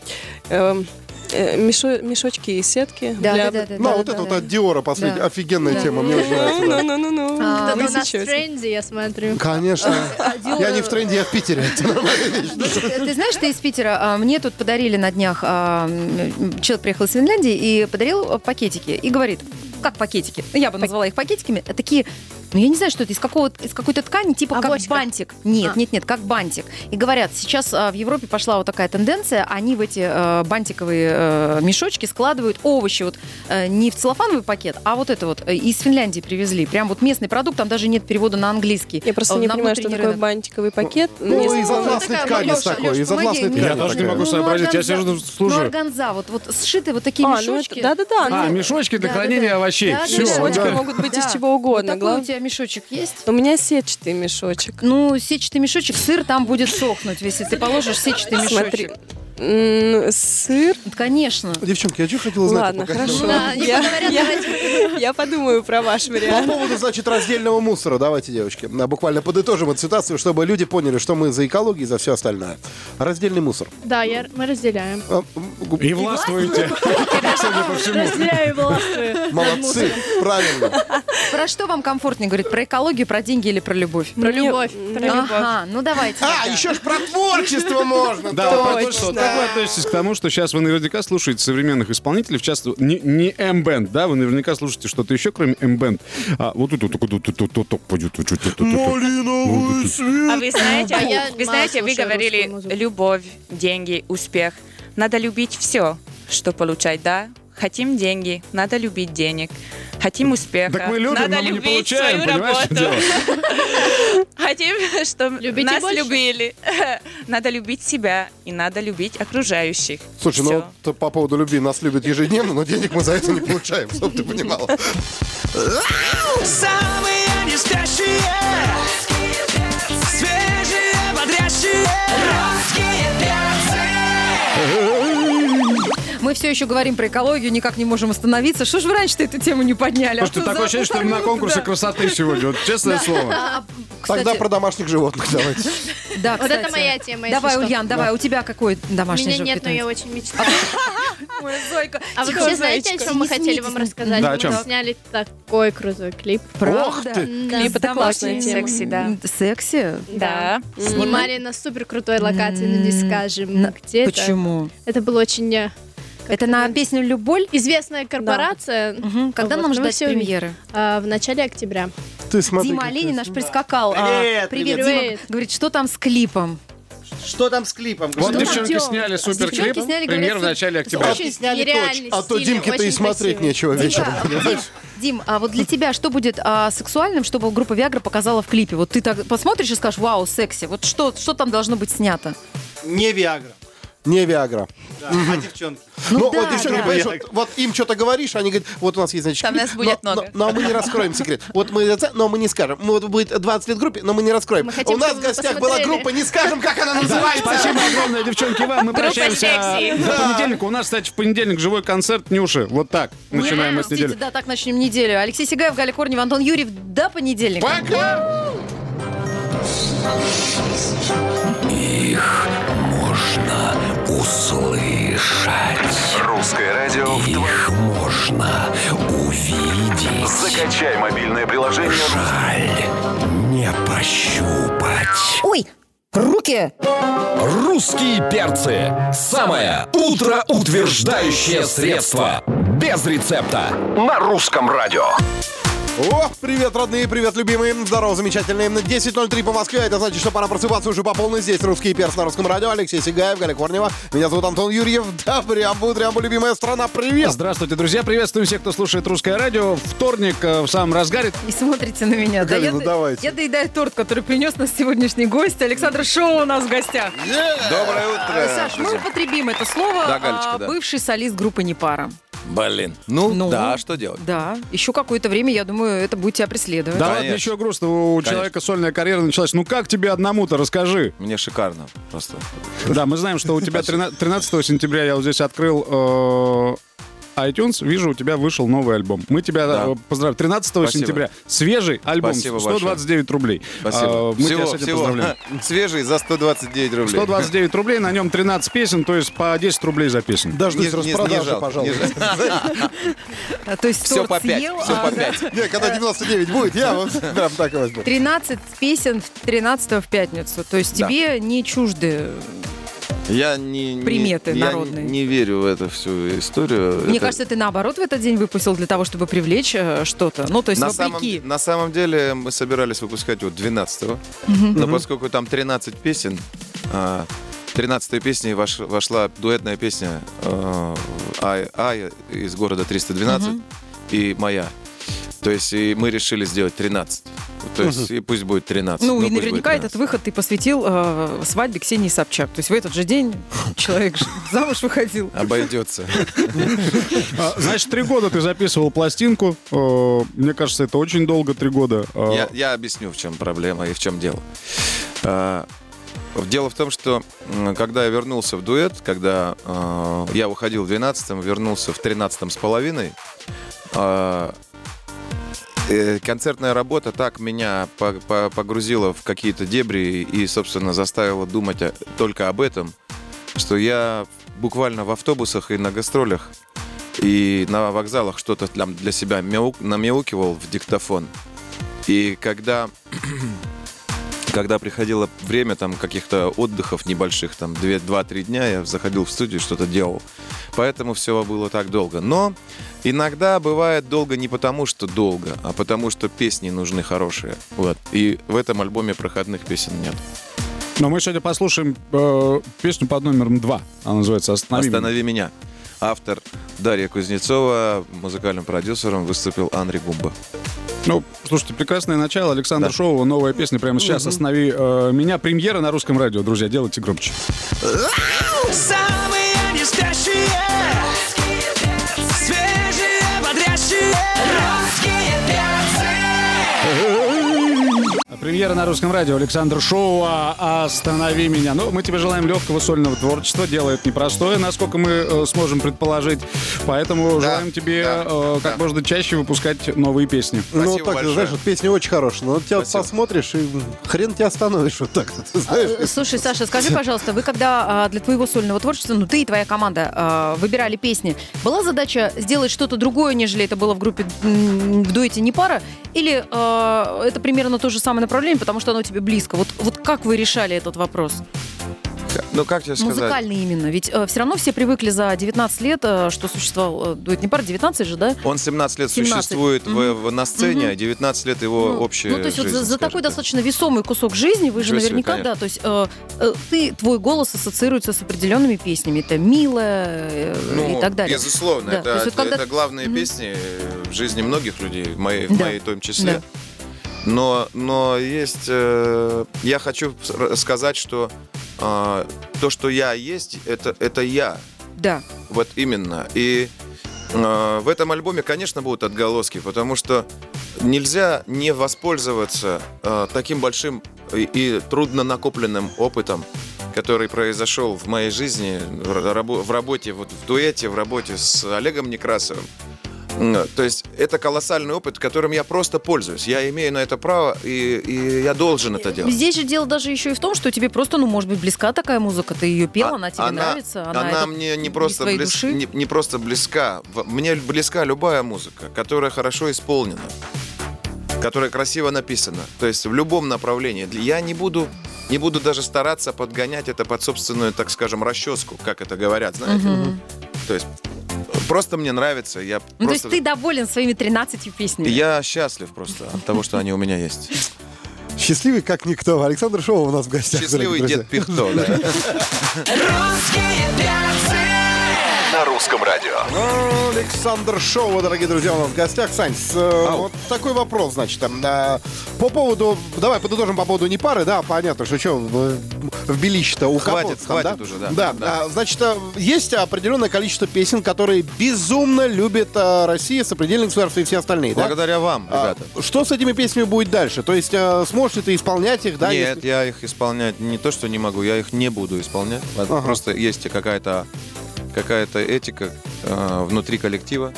[SPEAKER 9] эм, э, мешо- мешочки и сетки.
[SPEAKER 4] Да, да,
[SPEAKER 9] для-
[SPEAKER 4] да, да,
[SPEAKER 3] Ну, а
[SPEAKER 4] да,
[SPEAKER 3] вот
[SPEAKER 4] да,
[SPEAKER 3] это вот
[SPEAKER 4] да.
[SPEAKER 3] от Диора последняя
[SPEAKER 4] Да.
[SPEAKER 3] офигенная
[SPEAKER 4] Да.
[SPEAKER 3] тема, мне очень нравится.
[SPEAKER 9] Ну,
[SPEAKER 3] да.
[SPEAKER 9] Ну-ну-ну-ну.
[SPEAKER 4] А,
[SPEAKER 5] Кто-то
[SPEAKER 9] Вы
[SPEAKER 5] у нас в
[SPEAKER 9] сейчас.
[SPEAKER 5] тренде, я смотрю.
[SPEAKER 3] Конечно.
[SPEAKER 4] Диора-
[SPEAKER 3] Я не в тренде, я в Питере. Это нормальная вещь.
[SPEAKER 4] Э, Ты ты знаешь, ты из Питера. а, Мне тут подарили на днях а, м, человек приехал из Финляндии и подарил а, пакетики и говорит, как пакетики? Ну, Я бы назвала их пакетиками. а Такие, ну я не знаю, что это из какого из какой-то ткани типа как
[SPEAKER 5] Авоська.
[SPEAKER 4] бантик. Нет,
[SPEAKER 5] А.
[SPEAKER 4] нет, нет, как бантик. И говорят, сейчас а, в Европе пошла вот такая тенденция, они в эти э, бантиковые э, мешочки складывают овощи вот э, не в целлофановый пакет, а вот это вот э, из Финляндии привезли, прям вот местный продукт, там даже нет перевода на английский.
[SPEAKER 9] Я просто
[SPEAKER 4] э,
[SPEAKER 9] не
[SPEAKER 4] на
[SPEAKER 9] понимаю, что
[SPEAKER 4] внутренний
[SPEAKER 9] такое
[SPEAKER 4] рынок.
[SPEAKER 9] бантиковый пакет. а, Не
[SPEAKER 3] Ну, из
[SPEAKER 9] знаю.
[SPEAKER 3] атласной
[SPEAKER 4] такая,
[SPEAKER 3] ткани
[SPEAKER 4] Лёш,
[SPEAKER 3] с такой,
[SPEAKER 4] Лёш,
[SPEAKER 3] из атласной
[SPEAKER 4] помоги,
[SPEAKER 3] ткани.
[SPEAKER 2] Я тоже не
[SPEAKER 3] такая.
[SPEAKER 2] могу сообразить, я сижу, служу.
[SPEAKER 4] Ну, органза, вот, вот сшиты вот такие
[SPEAKER 9] А, ну
[SPEAKER 4] мешочки.
[SPEAKER 9] это- Да-да-да.
[SPEAKER 2] А,
[SPEAKER 9] ну,
[SPEAKER 2] мешочки для
[SPEAKER 4] Да,
[SPEAKER 2] хранения
[SPEAKER 4] да, да.
[SPEAKER 2] овощей.
[SPEAKER 4] Да, да,
[SPEAKER 2] Все.
[SPEAKER 9] Мешочки
[SPEAKER 3] да.
[SPEAKER 9] могут быть
[SPEAKER 4] Да.
[SPEAKER 9] из чего
[SPEAKER 4] Вот
[SPEAKER 9] угодно.
[SPEAKER 4] такой у
[SPEAKER 9] глав-
[SPEAKER 4] тебя мешочек есть?
[SPEAKER 9] У меня сетчатый мешочек.
[SPEAKER 4] Ну, сетчатый мешочек, сыр там будет сохнуть, если ты положишь сетчатый
[SPEAKER 9] Смотри.
[SPEAKER 4] мешочек.
[SPEAKER 9] М, Сыр.
[SPEAKER 4] Конечно.
[SPEAKER 3] Девчонки, я что хотела знать?
[SPEAKER 9] Ладно,
[SPEAKER 3] пока?
[SPEAKER 9] хорошо.
[SPEAKER 5] Да, не
[SPEAKER 9] Я-
[SPEAKER 5] поговорят,
[SPEAKER 9] я- Я подумаю про ваш
[SPEAKER 3] По
[SPEAKER 9] вариант.
[SPEAKER 3] поводу, значит, раздельного мусора. Давайте, девочки, на- буквально подытожим эту ситуацию, чтобы люди поняли, что мы за экологию и за все остальное. Раздельный мусор.
[SPEAKER 5] Да, я, мы разделяем.
[SPEAKER 3] А, м, гу-
[SPEAKER 2] И властвуете. Судя по всему.
[SPEAKER 5] Разделяю волосы.
[SPEAKER 3] Молодцы, правильно.
[SPEAKER 4] Про что вам комфортнее говорить? Про экологию, про деньги или про любовь?
[SPEAKER 5] Про любовь. Про любовь.
[SPEAKER 4] Ага, ну давайте.
[SPEAKER 3] А,
[SPEAKER 4] тогда.
[SPEAKER 3] еще ж про творчество можно.
[SPEAKER 2] Да,
[SPEAKER 3] Точно.
[SPEAKER 2] вот это что, как вы относитесь к тому, что сейчас вы наверняка слушаете современных исполнителей, в частности, не, не М-бенд, да, вы наверняка слушаете что-то еще, кроме М-бенд. А, вот тут, вот тут, вот тут, вот тут, вот тут, вот тут, вот тут.
[SPEAKER 3] Малиновый свет.
[SPEAKER 6] <laughs> А вы знаете,
[SPEAKER 5] А я
[SPEAKER 6] вы,
[SPEAKER 5] мало
[SPEAKER 6] знаете, вы
[SPEAKER 5] слушаю
[SPEAKER 6] говорили
[SPEAKER 5] русскую музыку.
[SPEAKER 6] любовь, деньги, успех. Надо любить все, что получать, да? Хотим деньги, надо любить денег. Хотим успеха,
[SPEAKER 2] Так мы любим,
[SPEAKER 6] надо
[SPEAKER 2] но мы не
[SPEAKER 6] любить
[SPEAKER 2] получаем,
[SPEAKER 6] свою
[SPEAKER 2] понимаешь, что дело?
[SPEAKER 6] работу. <laughs> Хотим, чтобы
[SPEAKER 5] Любите
[SPEAKER 6] нас
[SPEAKER 5] больше.
[SPEAKER 6] любили. <laughs> Надо любить себя и надо любить окружающих.
[SPEAKER 3] Слушай, ну
[SPEAKER 6] Всё.
[SPEAKER 3] вот то по поводу любви нас любят ежедневно, но денег мы за это не получаем, чтобы ты понимала.
[SPEAKER 1] Самые неспящие Свежие, бодрящие Русские перцы
[SPEAKER 4] Мы мы все еще говорим про экологию, никак не можем остановиться. Что ж вы раньше-то эту тему не подняли?
[SPEAKER 2] Потому что
[SPEAKER 4] А то
[SPEAKER 2] такое
[SPEAKER 4] за-
[SPEAKER 2] ощущение, что мы на
[SPEAKER 4] порвут,
[SPEAKER 2] конкурсе
[SPEAKER 4] да.
[SPEAKER 2] красоты сегодня. Вот честное слово.
[SPEAKER 4] А, кстати,
[SPEAKER 3] Тогда про домашних животных давайте.
[SPEAKER 4] да,
[SPEAKER 5] Вот это
[SPEAKER 4] кстати.
[SPEAKER 5] моя тема, если
[SPEAKER 4] Давай,
[SPEAKER 5] что.
[SPEAKER 4] Ульян, давай, у тебя какой
[SPEAKER 5] У
[SPEAKER 4] домашний
[SPEAKER 5] меня нет, но я
[SPEAKER 4] питомец?
[SPEAKER 5] очень мечтаю.
[SPEAKER 4] Ой, Зойка,
[SPEAKER 5] А
[SPEAKER 4] тихо,
[SPEAKER 5] вообще, знаете, о
[SPEAKER 4] Зайчка.
[SPEAKER 5] чем мы
[SPEAKER 4] Не
[SPEAKER 5] хотели
[SPEAKER 4] смейтесь
[SPEAKER 5] вам
[SPEAKER 4] над-
[SPEAKER 5] рассказать?
[SPEAKER 2] Да, о
[SPEAKER 5] Мы
[SPEAKER 2] чем?
[SPEAKER 5] сняли такой крутой клип.
[SPEAKER 4] Правда?
[SPEAKER 3] ты.
[SPEAKER 5] Клип
[SPEAKER 9] это классная
[SPEAKER 4] Домашний
[SPEAKER 9] тема.
[SPEAKER 6] Секси, да.
[SPEAKER 4] М, Секси?
[SPEAKER 6] Да.
[SPEAKER 5] Снимали на супер крутой локации, но не
[SPEAKER 4] М,
[SPEAKER 5] скажем,
[SPEAKER 4] на-
[SPEAKER 5] где это.
[SPEAKER 4] Почему?
[SPEAKER 5] Это было очень э,
[SPEAKER 4] Это на песню «Любовь»?
[SPEAKER 5] известная корпорация
[SPEAKER 4] Мгм. Когда нам
[SPEAKER 5] Вот, ну, мы
[SPEAKER 4] ждать
[SPEAKER 5] всё
[SPEAKER 4] премьеры?
[SPEAKER 5] а, в начале октября.
[SPEAKER 3] Ты смотри.
[SPEAKER 4] Дима
[SPEAKER 3] как
[SPEAKER 4] Оленин
[SPEAKER 3] ты-
[SPEAKER 4] наш прискакал. А, Привет,
[SPEAKER 3] Привет,
[SPEAKER 5] привет.
[SPEAKER 4] Дима.
[SPEAKER 5] Привет.
[SPEAKER 4] Говорит, что там с клипом?
[SPEAKER 3] Что там с клипом?
[SPEAKER 2] Вот
[SPEAKER 3] Что там?
[SPEAKER 2] девчонки
[SPEAKER 5] делать?
[SPEAKER 2] сняли суперклип,
[SPEAKER 4] Девчонки сняли,
[SPEAKER 2] премьер
[SPEAKER 4] говорят,
[SPEAKER 2] в начале
[SPEAKER 4] супер-
[SPEAKER 2] октября.
[SPEAKER 4] очень
[SPEAKER 5] нереально
[SPEAKER 3] Типа, А то
[SPEAKER 5] стильно,
[SPEAKER 3] Димке-то и
[SPEAKER 5] очень
[SPEAKER 3] смотреть
[SPEAKER 5] красиво.
[SPEAKER 3] нечего вечером.
[SPEAKER 4] Дим, Дим, а вот для тебя что будет а, сексуальным, чтобы группа Виагра показала в клипе? Вот ты так посмотришь и скажешь, вау, секси. Вот что, что там должно быть снято?
[SPEAKER 10] Не Виагра,
[SPEAKER 3] Не Виагра.
[SPEAKER 10] да, а девчонки.
[SPEAKER 4] Ну
[SPEAKER 3] Ну,
[SPEAKER 4] да,
[SPEAKER 3] вот девчонки,
[SPEAKER 4] да.
[SPEAKER 3] понимаешь, вот, вот им что-то говоришь, они говорят, вот у нас есть, значит,
[SPEAKER 6] Там
[SPEAKER 3] клип,
[SPEAKER 6] нас будет
[SPEAKER 3] но,
[SPEAKER 6] много.
[SPEAKER 3] Но, но мы не раскроем секрет. Вот мы, это- но мы не скажем. Мы, вот будет 20 лет группе, но мы не раскроем.
[SPEAKER 5] Мы хотим,
[SPEAKER 3] у нас в
[SPEAKER 5] чтобы вы
[SPEAKER 3] гостях
[SPEAKER 5] посмотрели.
[SPEAKER 3] была группа, не скажем, как она называется.
[SPEAKER 2] Спасибо огромное, девчонки, вам. Мы
[SPEAKER 6] Группа
[SPEAKER 2] прощаемся
[SPEAKER 6] секси.
[SPEAKER 2] до понедельника. У нас, кстати, в понедельник живой концерт Нюши. Вот так начинаем мы с
[SPEAKER 4] Простите,
[SPEAKER 2] недели.
[SPEAKER 4] Да, так начнем неделю. Алексей Сигаев, Галя Корнева, Антон Юрьев. До понедельника.
[SPEAKER 8] Можно услышать.
[SPEAKER 11] Русское радио в два.
[SPEAKER 8] Их можно увидеть.
[SPEAKER 11] Закачай мобильное приложение.
[SPEAKER 8] Жаль не пощупать.
[SPEAKER 7] Ой, руки!
[SPEAKER 8] Русские перцы. Самое утроутверждающее средство. Без рецепта. На русском радио.
[SPEAKER 3] О, привет, родные, привет, любимые. Здорово, замечательные. 10.03 по Москве. Это значит, что пора просыпаться уже по полной. Здесь русский перс на русском радио. Алексей Сигаев, Галя Корнева. Меня зовут Антон Юрьев. Да, прям прям любимая страна. Привет.
[SPEAKER 2] Здравствуйте, друзья. Приветствуем всех, кто слушает русское радио. Вторник э, в самом разгаре.
[SPEAKER 4] И смотрите на меня. да,
[SPEAKER 3] Галя,
[SPEAKER 4] я,
[SPEAKER 3] ну
[SPEAKER 4] д-
[SPEAKER 3] давайте.
[SPEAKER 4] я доедаю торт, который принес нас сегодняшний гость. Александр Шоу у нас в гостях.
[SPEAKER 10] Доброе
[SPEAKER 4] А,
[SPEAKER 10] утро.
[SPEAKER 4] Саш, мы употребим это слово. а,
[SPEAKER 10] Да, Галечка, да.
[SPEAKER 4] Бывший солист группы «Непара».
[SPEAKER 10] Блин, ну,
[SPEAKER 4] Ну.
[SPEAKER 10] да, что делать?
[SPEAKER 4] Да, еще какое-то время, я думаю, это будет тебя преследовать.
[SPEAKER 2] Да ладно,
[SPEAKER 10] Конечно.
[SPEAKER 2] еще грустно, у
[SPEAKER 10] Конечно.
[SPEAKER 2] человека сольная карьера началась. Ну как тебе одному-то, расскажи.
[SPEAKER 10] Мне шикарно просто.
[SPEAKER 2] Да, мы знаем, что у тебя 13 13 сентября я вот здесь открыл э, iTunes, вижу, у тебя вышел новый альбом. Мы тебя
[SPEAKER 10] Да.
[SPEAKER 2] э, поздравляем. 13
[SPEAKER 10] Спасибо.
[SPEAKER 2] сентября свежий альбом,
[SPEAKER 10] Спасибо
[SPEAKER 2] 129 рублей.
[SPEAKER 10] Спасибо.
[SPEAKER 2] Э, мы
[SPEAKER 10] всего,
[SPEAKER 2] тебя с этим
[SPEAKER 10] всего. <laughs>
[SPEAKER 2] поздравляем.
[SPEAKER 10] Свежий за 129 рублей.
[SPEAKER 2] 129 рублей, на нем 13 песен, то есть по 10 рублей за песню.
[SPEAKER 10] Не-
[SPEAKER 3] Дождусь
[SPEAKER 10] не- не
[SPEAKER 3] распродажи,
[SPEAKER 10] жалко,
[SPEAKER 3] пожалуйста.
[SPEAKER 10] не жалко.
[SPEAKER 4] А, То есть
[SPEAKER 10] Все
[SPEAKER 4] торт
[SPEAKER 10] по 5.
[SPEAKER 4] съел,
[SPEAKER 10] Все
[SPEAKER 4] а,
[SPEAKER 10] по
[SPEAKER 4] да.
[SPEAKER 10] 5.
[SPEAKER 3] Не, когда 99 будет, я вот прям так
[SPEAKER 10] <laughs>
[SPEAKER 3] и возьму.
[SPEAKER 4] 13 песен в 13 в пятницу. То есть
[SPEAKER 10] Да.
[SPEAKER 4] тебе не чужды.
[SPEAKER 10] Я не, не-
[SPEAKER 4] Приметы
[SPEAKER 10] я
[SPEAKER 4] народные.
[SPEAKER 10] не верю в эту всю историю.
[SPEAKER 4] Мне
[SPEAKER 10] Это-
[SPEAKER 4] кажется, ты наоборот в этот день выпустил для того, чтобы привлечь э, что-то. Ну, то есть
[SPEAKER 10] на самом,
[SPEAKER 4] вопреки.
[SPEAKER 10] на самом деле мы собирались выпускать вот 12-го, но поскольку там 13 песен, а, 13 песней вош- вошла дуэтная песня э, Ай- Ая из города 312 и моя. То есть и мы решили сделать 13. То есть и пусть будет 13.
[SPEAKER 4] Ну, и
[SPEAKER 10] пусть будет
[SPEAKER 4] наверняка
[SPEAKER 10] 13.
[SPEAKER 4] этот выход ты посвятил э, свадьбе Ксении Собчак. То есть в этот же день <laughs> человек ж- замуж выходил.
[SPEAKER 10] обойдется.
[SPEAKER 2] А, Значит, три года ты записывал пластинку. Э, Мне кажется, это очень долго, три года. Э,
[SPEAKER 10] Я, я объясню, в чем проблема и в чем дело. А, Дело в том, что м, когда я вернулся в дуэт, когда а, я уходил в 12-м, вернулся в 13-м с половиной, а, э, концертная работа так меня по- по- погрузила в какие-то дебри и, собственно, заставила думать о- только об этом, что я буквально в автобусах и на гастролях и на вокзалах что-то там для себя мяу- намяукивал в диктофон. И когда, <clears throat> когда приходило время там каких-то отдыхов небольших, там 2-3 дня, я заходил в студию, что-то делал. Поэтому все было так долго. Но иногда бывает долго не потому, что долго, а потому, что песни нужны хорошие. Вот. И в этом альбоме проходных песен нет.
[SPEAKER 2] Но мы сегодня послушаем э, песню под номером два. Она называется «Останови». меня».
[SPEAKER 10] «Останови меня». Автор Дарья Кузнецова, музыкальным продюсером выступил Анри Гумба.
[SPEAKER 2] Ну, слушайте, прекрасное начало. Александр
[SPEAKER 10] Да.
[SPEAKER 2] Шоу, новая песня прямо сейчас. «Останови э, меня». Премьера на русском радио, друзья. Делайте громче.
[SPEAKER 1] Самые нестящие Свежие, бодрящие Русские перцы
[SPEAKER 2] Премьера на русском радио Александр Шоуа «Останови меня». Ну, мы тебе желаем легкого сольного творчества. Дело это непростое, насколько мы э, сможем предположить. Поэтому желаем тебе э, как можно чаще выпускать новые песни.
[SPEAKER 3] Ну, вот так, знаешь, вот песня очень хорошая, но вот тебя вот посмотришь, и хрен тебя остановишь вот так вот, ты
[SPEAKER 4] Э,
[SPEAKER 3] знаешь.
[SPEAKER 4] Слушай, Саша, скажи, пожалуйста, вы когда а, для твоего сольного творчества, ну ты и твоя команда а, выбирали песни, была задача сделать что-то другое, нежели это было в группе м, в дуэте не пара, или а, это примерно то же самое направление, потому что оно тебе близко. Вот, вот как вы решали этот вопрос?
[SPEAKER 10] Ну, как тебе сказать?
[SPEAKER 4] Музыкальный именно, ведь все равно все привыкли за 19 лет, э, что существовал э, дуэт не пара, 19 же, да?
[SPEAKER 10] Он 17 лет
[SPEAKER 4] 17.
[SPEAKER 10] существует в-
[SPEAKER 4] Мгм.
[SPEAKER 10] в- на сцене,
[SPEAKER 4] Мгм.
[SPEAKER 10] а 19 лет его общая
[SPEAKER 4] Ну, то есть вот
[SPEAKER 10] жизнь,
[SPEAKER 4] за, за
[SPEAKER 10] скажем.
[SPEAKER 4] такой достаточно весомый кусок жизни вы же
[SPEAKER 10] Ничего себе,
[SPEAKER 4] наверняка,
[SPEAKER 10] конечно.
[SPEAKER 4] да, то есть э, э, ты, твой голос ассоциируется с определенными песнями. Это милая э,
[SPEAKER 10] Ну,
[SPEAKER 4] и так далее.
[SPEAKER 10] безусловно,
[SPEAKER 4] Да,
[SPEAKER 10] это,
[SPEAKER 4] то есть вот
[SPEAKER 10] это-
[SPEAKER 4] когда-
[SPEAKER 10] это главные
[SPEAKER 4] Мгм.
[SPEAKER 10] песни э, в жизни многих людей, в моей, в
[SPEAKER 4] Да.
[SPEAKER 10] моей в том числе.
[SPEAKER 4] Да.
[SPEAKER 10] Но, но есть... э, я хочу с- р- сказать, что э, то, что я есть, это, это я.
[SPEAKER 4] Да.
[SPEAKER 10] Вот именно. И э, в этом альбоме, конечно, будут отголоски, потому что нельзя не воспользоваться э, таким большим и, и трудно накопленным опытом, который произошел в моей жизни, в, рабо- в работе, вот в дуэте, в работе с Олегом Некрасовым. М, э, То есть это колоссальный опыт, которым я просто пользуюсь. Я имею на это право, и, и я должен это делать.
[SPEAKER 4] Здесь же дело даже еще и в том, что тебе просто, ну, может быть, близка такая музыка, ты ее пела, она тебе нравится,
[SPEAKER 10] А Она,
[SPEAKER 4] это
[SPEAKER 10] мне не
[SPEAKER 4] из
[SPEAKER 10] просто,
[SPEAKER 4] твоей
[SPEAKER 10] близ-
[SPEAKER 4] души.
[SPEAKER 10] не, не просто близка. В- Мне близка любая музыка, которая хорошо исполнена, которая красиво написана. То есть в любом направлении. Я не буду, не буду даже стараться подгонять это под собственную, так скажем, расческу, как это говорят, знаете.
[SPEAKER 4] Мгм.
[SPEAKER 10] То есть просто мне нравится. Я
[SPEAKER 4] Ну, то
[SPEAKER 10] просто...
[SPEAKER 4] есть ты доволен своими 13 песнями.
[SPEAKER 10] Я счастлив просто от того, что они у меня есть.
[SPEAKER 3] Счастливый как никто. Александр Шоу у нас в гостях.
[SPEAKER 10] Счастливый
[SPEAKER 3] дорогие
[SPEAKER 10] дед Пихто, да.
[SPEAKER 11] На русском радио.
[SPEAKER 3] Александр Шоу, дорогие друзья, у нас в гостях. Сань, с, э, вот такой вопрос, значит, там, да, по поводу, давай подытожим по поводу не пары, да, понятно, что что в, в белище-то у
[SPEAKER 10] Хватит,
[SPEAKER 3] кого-то там,
[SPEAKER 10] хватит уже, да.
[SPEAKER 3] Да, а, значит, э, есть определенное количество песен, которые безумно любит э, Россия, сопредельные государства и все остальные, да?
[SPEAKER 10] Благодаря вам,
[SPEAKER 3] А,
[SPEAKER 10] ребята.
[SPEAKER 3] Что с этими песнями будет дальше? То есть э, сможешь ли ты исполнять их, да?
[SPEAKER 10] Нет,
[SPEAKER 3] если-
[SPEAKER 10] я их исполнять не то, что не могу, я их не буду исполнять. Вот
[SPEAKER 3] Ага.
[SPEAKER 10] Просто есть какая-то какая-то этика э, внутри коллектива.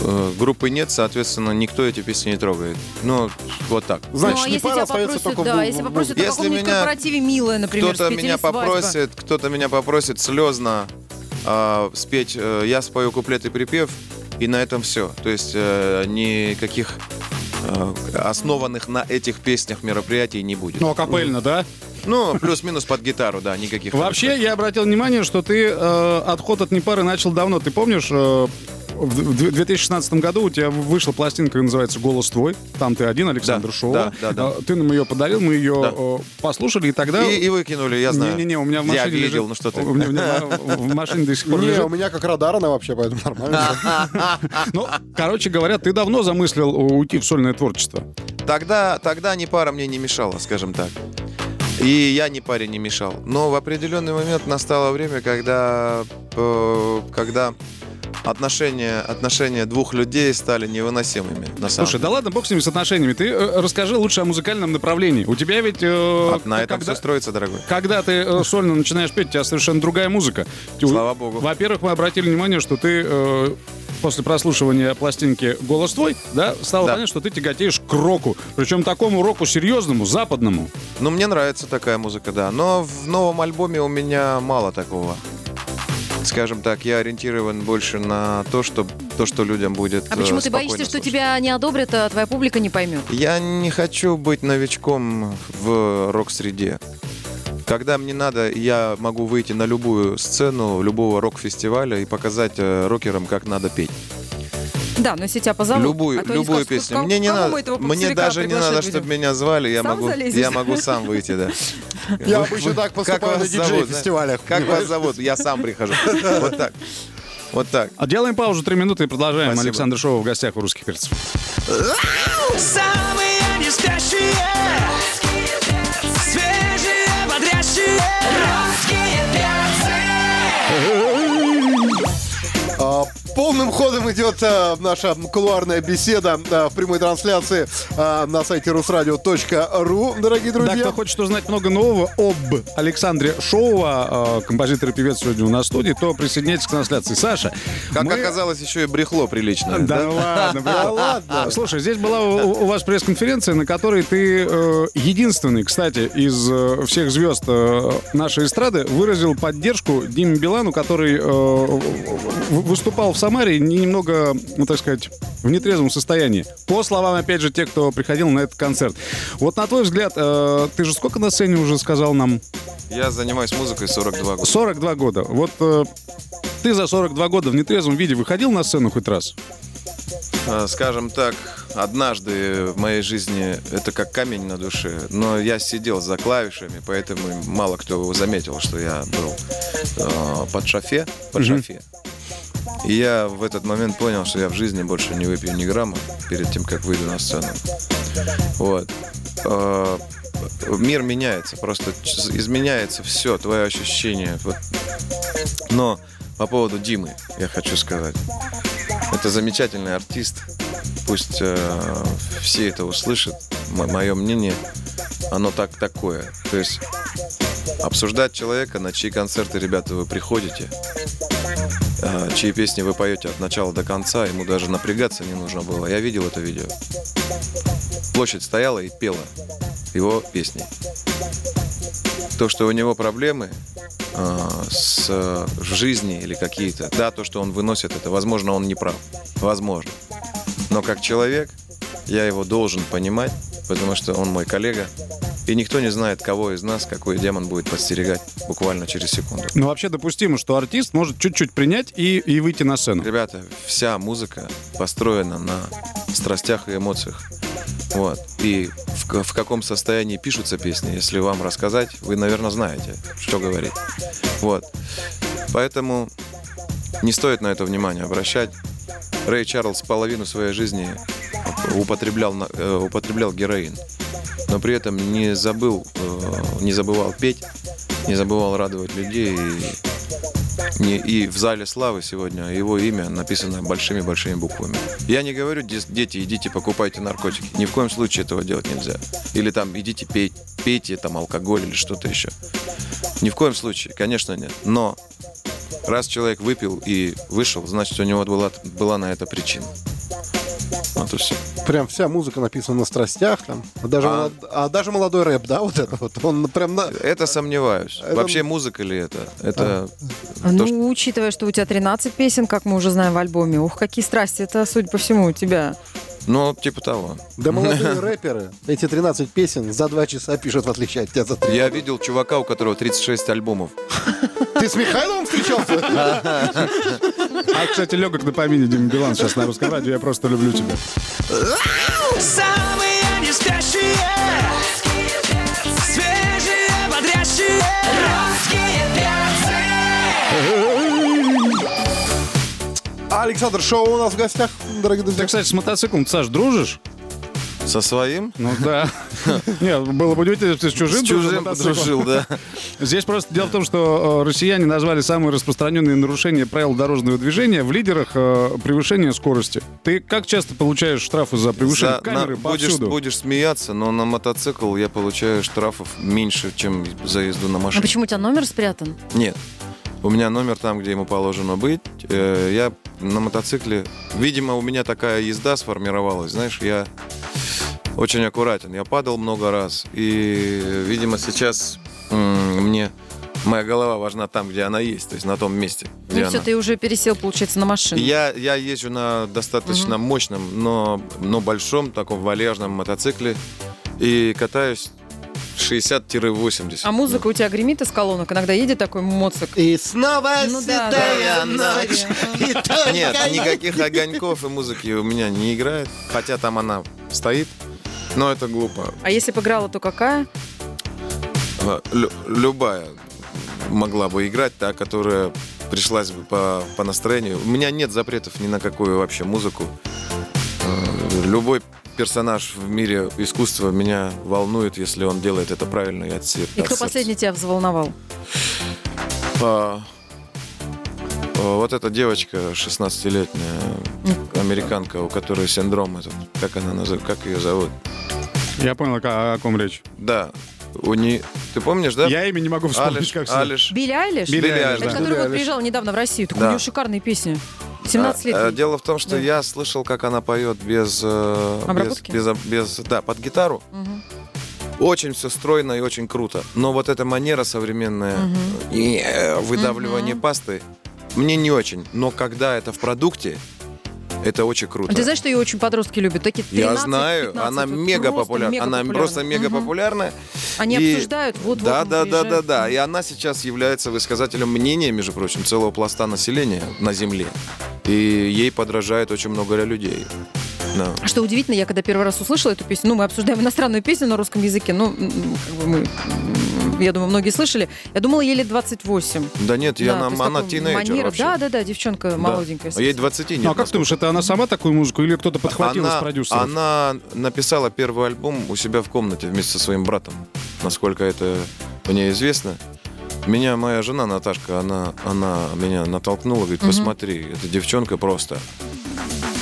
[SPEAKER 10] Э, группы нет, соответственно, никто эти песни не трогает. Ну, вот так.
[SPEAKER 4] ну, а если тебя попросят, да, если попросят на
[SPEAKER 10] Если
[SPEAKER 4] каком-нибудь
[SPEAKER 10] меня
[SPEAKER 4] корпоративе «Милая», Ну, например,
[SPEAKER 10] кто-то
[SPEAKER 4] спеть, или
[SPEAKER 10] меня
[SPEAKER 4] «Свадьба».
[SPEAKER 10] попросит, кто-то меня попросит слезно э, спеть. э, я спою куплет и припев, и на этом все. То есть э, никаких э, основанных на этих песнях мероприятий не будет.
[SPEAKER 2] Ну, а капельно, да?
[SPEAKER 10] Ну, плюс-минус под гитару, да, никаких.
[SPEAKER 2] Вообще, я обратил внимание, что ты э, отход от непары начал давно. Ты помнишь, э, в д- в 2016 году у тебя вышла пластинка, которая называется «Голос твой». Там ты один, Александр Шоу. Э,
[SPEAKER 10] да, да, да.
[SPEAKER 2] Ты нам ее подарил, мы ее э, послушали, и тогда...
[SPEAKER 10] И, и выкинули, я знаю.
[SPEAKER 2] Не-не-не, у меня в машине
[SPEAKER 10] Я видел,
[SPEAKER 2] лежит-
[SPEAKER 10] ну что ты.
[SPEAKER 2] У меня- у меня в машине до сих пор
[SPEAKER 3] Не,
[SPEAKER 2] лежит.
[SPEAKER 3] у меня как радарно вообще, поэтому нормально.
[SPEAKER 10] А.
[SPEAKER 2] Ну, короче говоря, ты давно замыслил уйти в сольное творчество.
[SPEAKER 10] Тогда, тогда не пара мне не мешала, скажем так. И я не паре не мешал. Но в определенный момент настало время, когда, э, когда отношения, отношения двух людей стали невыносимыми. На самом
[SPEAKER 2] Слушай, да ладно, бог с ними с отношениями. Ты э, расскажи лучше о музыкальном направлении. У тебя ведь... э,
[SPEAKER 10] деле. на этом
[SPEAKER 2] когда-
[SPEAKER 10] все строится, дорогой.
[SPEAKER 2] Когда ты э, сольно начинаешь петь, у тебя совершенно другая музыка. Слава
[SPEAKER 10] богу.
[SPEAKER 2] Во-первых, мы обратили внимание, что ты э, после прослушивания пластинки «Голос твой», да, стало понятно, что ты тяготеешь к року. Причем такому року серьезному, западному.
[SPEAKER 10] Ну, мне нравится такая музыка, да. Но в новом альбоме у меня мало такого. Скажем так, я ориентирован больше на то, что, то, что людям будет
[SPEAKER 4] А почему
[SPEAKER 10] э,
[SPEAKER 4] ты боишься,
[SPEAKER 10] спокойно
[SPEAKER 4] что тебя не одобрят, а твоя публика не поймет?
[SPEAKER 10] Я не хочу быть новичком в рок-среде. Когда мне надо, я могу выйти на любую сцену любого рок-фестиваля и показать э, рокерам, как надо петь.
[SPEAKER 4] Да, но если тебя позовут,
[SPEAKER 10] любую
[SPEAKER 4] а то они
[SPEAKER 10] любую
[SPEAKER 4] скажут,
[SPEAKER 10] песню.
[SPEAKER 4] «Кого-
[SPEAKER 10] мне не
[SPEAKER 4] кого
[SPEAKER 10] надо,
[SPEAKER 4] мы этого
[SPEAKER 10] мне
[SPEAKER 4] попсовика
[SPEAKER 10] даже не надо,
[SPEAKER 4] приглашать
[SPEAKER 10] чтобы
[SPEAKER 4] будем?»
[SPEAKER 10] меня звали, я
[SPEAKER 4] Сам
[SPEAKER 10] могу,
[SPEAKER 4] залезешь?
[SPEAKER 10] я могу сам выйти, да.
[SPEAKER 3] <laughs> Я
[SPEAKER 10] Вы-
[SPEAKER 3] обычно
[SPEAKER 10] вы-
[SPEAKER 3] так поступаю
[SPEAKER 10] как
[SPEAKER 3] на
[SPEAKER 10] вас зовут,
[SPEAKER 3] диджей-фестивалях,
[SPEAKER 10] знаете? Как вас
[SPEAKER 3] понимаешь?
[SPEAKER 10] зовут? Я сам прихожу. Вот так. Вот так.
[SPEAKER 2] А делаем паузу три минуты и продолжаем.
[SPEAKER 10] Спасибо.
[SPEAKER 2] Александр Шоу в гостях у «Русских перцев».
[SPEAKER 1] Самые нестящие Свежие, бодрящие Русские перцы
[SPEAKER 3] А, Полным ходом идет э, наша кулуарная беседа э, в прямой трансляции э, на сайте rusradio.ru, дорогие друзья.
[SPEAKER 2] Да, кто хочет узнать много нового об Александре Шоува, э, композитор и певец сегодня у нас в студии, то присоединяйтесь к трансляции. Саша,
[SPEAKER 10] Как
[SPEAKER 2] мы-
[SPEAKER 10] оказалось, еще и брехло прилично.
[SPEAKER 2] <laughs> Да, ну ладно, брехло. Слушай, здесь была у, у вас пресс-конференция, на которой ты э, единственный, кстати, из э, всех звезд э, нашей эстрады выразил поддержку Диме Билану, который э, в- выступал в Самаре и немного, ну так сказать, в нетрезвом состоянии. По словам, опять же, тех, кто приходил на этот концерт. Вот на твой взгляд, э, ты же сколько на сцене уже сказал нам?
[SPEAKER 10] Я занимаюсь музыкой 42 года.
[SPEAKER 2] 42 года. Вот э, ты за 42 года в нетрезвом виде выходил на сцену хоть раз?
[SPEAKER 10] Э, Скажем так, однажды в моей жизни это как камень на душе, но я сидел за клавишами, поэтому мало кто заметил, что я был э, под шофе, под
[SPEAKER 2] Мгм.
[SPEAKER 10] шофе. И я в этот момент понял, что я в жизни больше не выпью ни грамма перед тем, как выйду на сцену. Вот. Э, Мир меняется, просто ч- изменяется все, твое ощущение. Вот. Но по поводу Димы я хочу сказать. Это замечательный артист. Пусть э, все это услышат. Мое мнение, оно так такое. То есть обсуждать человека, на чьи концерты, ребята, вы приходите, э, чьи песни вы поете от начала до конца, ему даже напрягаться не нужно было. Я видел это видео. Площадь стояла и пела его песни. То, что у него проблемы э, с, э, в жизни или какие-то, да, то, что он выносит это, возможно, он не прав, возможно. Но как человек я его должен понимать, потому что он мой коллега, и никто не знает, кого из нас какой демон будет подстерегать буквально через секунду.
[SPEAKER 2] Ну, вообще допустимо, что артист может чуть-чуть принять и, и выйти на сцену.
[SPEAKER 10] Ребята, вся музыка построена на страстях и эмоциях. Вот. И в, ка- в каком состоянии пишутся песни, если вам рассказать, вы, наверное, знаете, что говорить. Вот. Поэтому не стоит на это внимание обращать. Рэй Чарльз половину своей жизни употреблял, на- э, употреблял героин, но при этом не забыл, э, не забывал петь, не забывал радовать людей. И, не- и в зале славы сегодня его имя написано большими-большими буквами. Я не говорю, дес- дети, идите покупайте наркотики. Ни в коем случае этого делать нельзя. Или там идите пей- пейте там алкоголь или что-то еще. Ни в коем случае, конечно, нет. Но раз человек выпил и вышел, значит, у него была, была на это причина. Вот и все.
[SPEAKER 3] Прям вся музыка написана на страстях, там. Даже,
[SPEAKER 10] А-
[SPEAKER 3] молод- а даже молодой рэп, да, вот это вот. Он прям на...
[SPEAKER 10] Это сомневаюсь.
[SPEAKER 3] Это-
[SPEAKER 10] Вообще музыка ли это? Это
[SPEAKER 4] Ну, учитывая, что у тебя 13 песен, как мы уже знаем в альбоме, ух, какие страсти, это, судя по всему, у тебя.
[SPEAKER 10] ну, типа того. <laughs>
[SPEAKER 3] Да молодые рэперы эти 13 песен за 2 часа пишут, в отличие от тебя за 3.
[SPEAKER 10] Я видел чувака, у которого 36 альбомов.
[SPEAKER 3] Ты с Михайловым встречался?
[SPEAKER 2] А, кстати, легок на помине Дима Билан сейчас на русском радио. Я просто люблю тебя.
[SPEAKER 1] Самые не спящие Свежие, бодрящие Русские
[SPEAKER 3] Александр Шоу у нас в гостях, дорогие друзья.
[SPEAKER 2] Ты, кстати, с мотоциклом, Саш, дружишь?
[SPEAKER 10] Со своим?
[SPEAKER 2] Ну да. Нет, было бы удивительно, если ты с чужим
[SPEAKER 10] С чужим
[SPEAKER 2] дружил мотоциклом.
[SPEAKER 10] дружил, да.
[SPEAKER 2] <laughs> Здесь просто дело в том, что э, россияне назвали самые распространенные нарушения правил дорожного движения в лидерах э, превышение скорости. Ты как часто получаешь штрафы за превышение
[SPEAKER 10] За- на-
[SPEAKER 2] камеры
[SPEAKER 10] будешь,
[SPEAKER 2] повсюду?
[SPEAKER 10] будешь смеяться, но на мотоцикл я получаю штрафов меньше, чем за езду на машине.
[SPEAKER 4] А почему у тебя номер спрятан?
[SPEAKER 10] Нет. У меня номер там, где ему положено быть. Э, Я на мотоцикле... Видимо, у меня такая езда сформировалась. Знаешь, я очень аккуратен. Я падал много раз. И, э, видимо, сейчас м, мне... Моя голова важна там, где она есть, то есть на том месте. где
[SPEAKER 4] Ну все,
[SPEAKER 10] она.
[SPEAKER 4] ты уже пересел, получается, на машину.
[SPEAKER 10] Я, я езжу на достаточно мощном, но, но большом, таком валежном мотоцикле и катаюсь 60-80.
[SPEAKER 4] А музыка у тебя гремит из колонок, иногда едет такой моцик.
[SPEAKER 3] И снова
[SPEAKER 4] ну, да,
[SPEAKER 3] святая
[SPEAKER 4] да, да,
[SPEAKER 3] ночь.
[SPEAKER 4] да.
[SPEAKER 10] Нет, никаких огоньков и музыки у меня не играет. Хотя там она стоит, но это глупо.
[SPEAKER 4] А если бы играла, то какая?
[SPEAKER 10] Э, лю- любая могла бы играть, та, которая пришлась бы по, по настроению. У меня нет запретов ни на какую вообще музыку. Э, Любой персонаж в мире искусства меня волнует, если он делает это правильно и от се-
[SPEAKER 4] И
[SPEAKER 10] от
[SPEAKER 4] кто
[SPEAKER 10] сердца.
[SPEAKER 4] последний тебя взволновал?
[SPEAKER 10] А, Э, вот эта девочка 16-летняя, американка, у которой синдром этот, как она называет, как ее зовут?
[SPEAKER 2] Я понял, о ка- о ком речь.
[SPEAKER 10] Да. У не... Ты помнишь, да?
[SPEAKER 2] Я имя не могу вспомнить,
[SPEAKER 10] Алиш,
[SPEAKER 2] как всегда.
[SPEAKER 10] Алиш.
[SPEAKER 4] Билли Айлиш?
[SPEAKER 10] Билли
[SPEAKER 4] Это
[SPEAKER 10] Айлиш, да.
[SPEAKER 4] который
[SPEAKER 10] Билли
[SPEAKER 4] вот
[SPEAKER 10] Айлиш.
[SPEAKER 4] приезжал недавно в Россию. Так у
[SPEAKER 10] Да.
[SPEAKER 4] нее шикарные песни. 17 лет.
[SPEAKER 10] А, а, дело в том, что
[SPEAKER 4] Да.
[SPEAKER 10] я слышал, как она поет без, э, без,
[SPEAKER 4] Обработки?
[SPEAKER 10] без, без- да, под гитару.
[SPEAKER 4] Мгм.
[SPEAKER 10] Очень все стройно и очень круто. Но вот эта манера современная
[SPEAKER 4] Мгм.
[SPEAKER 10] и э, выдавливание
[SPEAKER 4] Мгм.
[SPEAKER 10] пасты мне не очень. Но когда это в продукте, это очень круто.
[SPEAKER 4] А Ты знаешь, что ее очень подростки любят? Такие 13,
[SPEAKER 10] я знаю,
[SPEAKER 4] 15,
[SPEAKER 10] она
[SPEAKER 4] вот
[SPEAKER 10] мега
[SPEAKER 4] просто
[SPEAKER 10] популярна.
[SPEAKER 4] мега
[SPEAKER 10] она
[SPEAKER 4] популярна.
[SPEAKER 10] просто мега
[SPEAKER 4] Мгм.
[SPEAKER 10] популярная.
[SPEAKER 4] Они
[SPEAKER 10] И-
[SPEAKER 4] обсуждают, вот-вот
[SPEAKER 10] Да,
[SPEAKER 4] он
[SPEAKER 10] да, да, да,
[SPEAKER 4] приезжает.
[SPEAKER 10] да. И она сейчас является высказателем мнения, между прочим, целого пласта населения на Земле. И ей подражает очень много людей. Да.
[SPEAKER 4] Что удивительно, я когда первый раз услышала эту песню, ну, мы обсуждаем иностранную песню на русском языке, ну, м, м, как бы мы, м, я думаю, многие слышали. Я думала, ей лет 28.
[SPEAKER 10] Да нет, я
[SPEAKER 4] Да, то есть
[SPEAKER 10] нам, она
[SPEAKER 4] такой
[SPEAKER 10] тинейджер
[SPEAKER 4] манера.
[SPEAKER 10] вообще.
[SPEAKER 4] Да, да, да, девчонка
[SPEAKER 10] Да.
[SPEAKER 4] молоденькая.
[SPEAKER 10] А Ей 20 нет.
[SPEAKER 2] Ну а как ты
[SPEAKER 10] насколько-
[SPEAKER 2] думаешь, это она сама такую музыку или кто-то подхватил из
[SPEAKER 10] она,
[SPEAKER 2] продюсеров?
[SPEAKER 10] она написала первый альбом у себя в комнате вместе со своим братом, насколько это мне известно. Меня моя жена Наташка, она, она меня натолкнула, говорит,
[SPEAKER 12] Мгм.
[SPEAKER 10] посмотри, эта девчонка просто.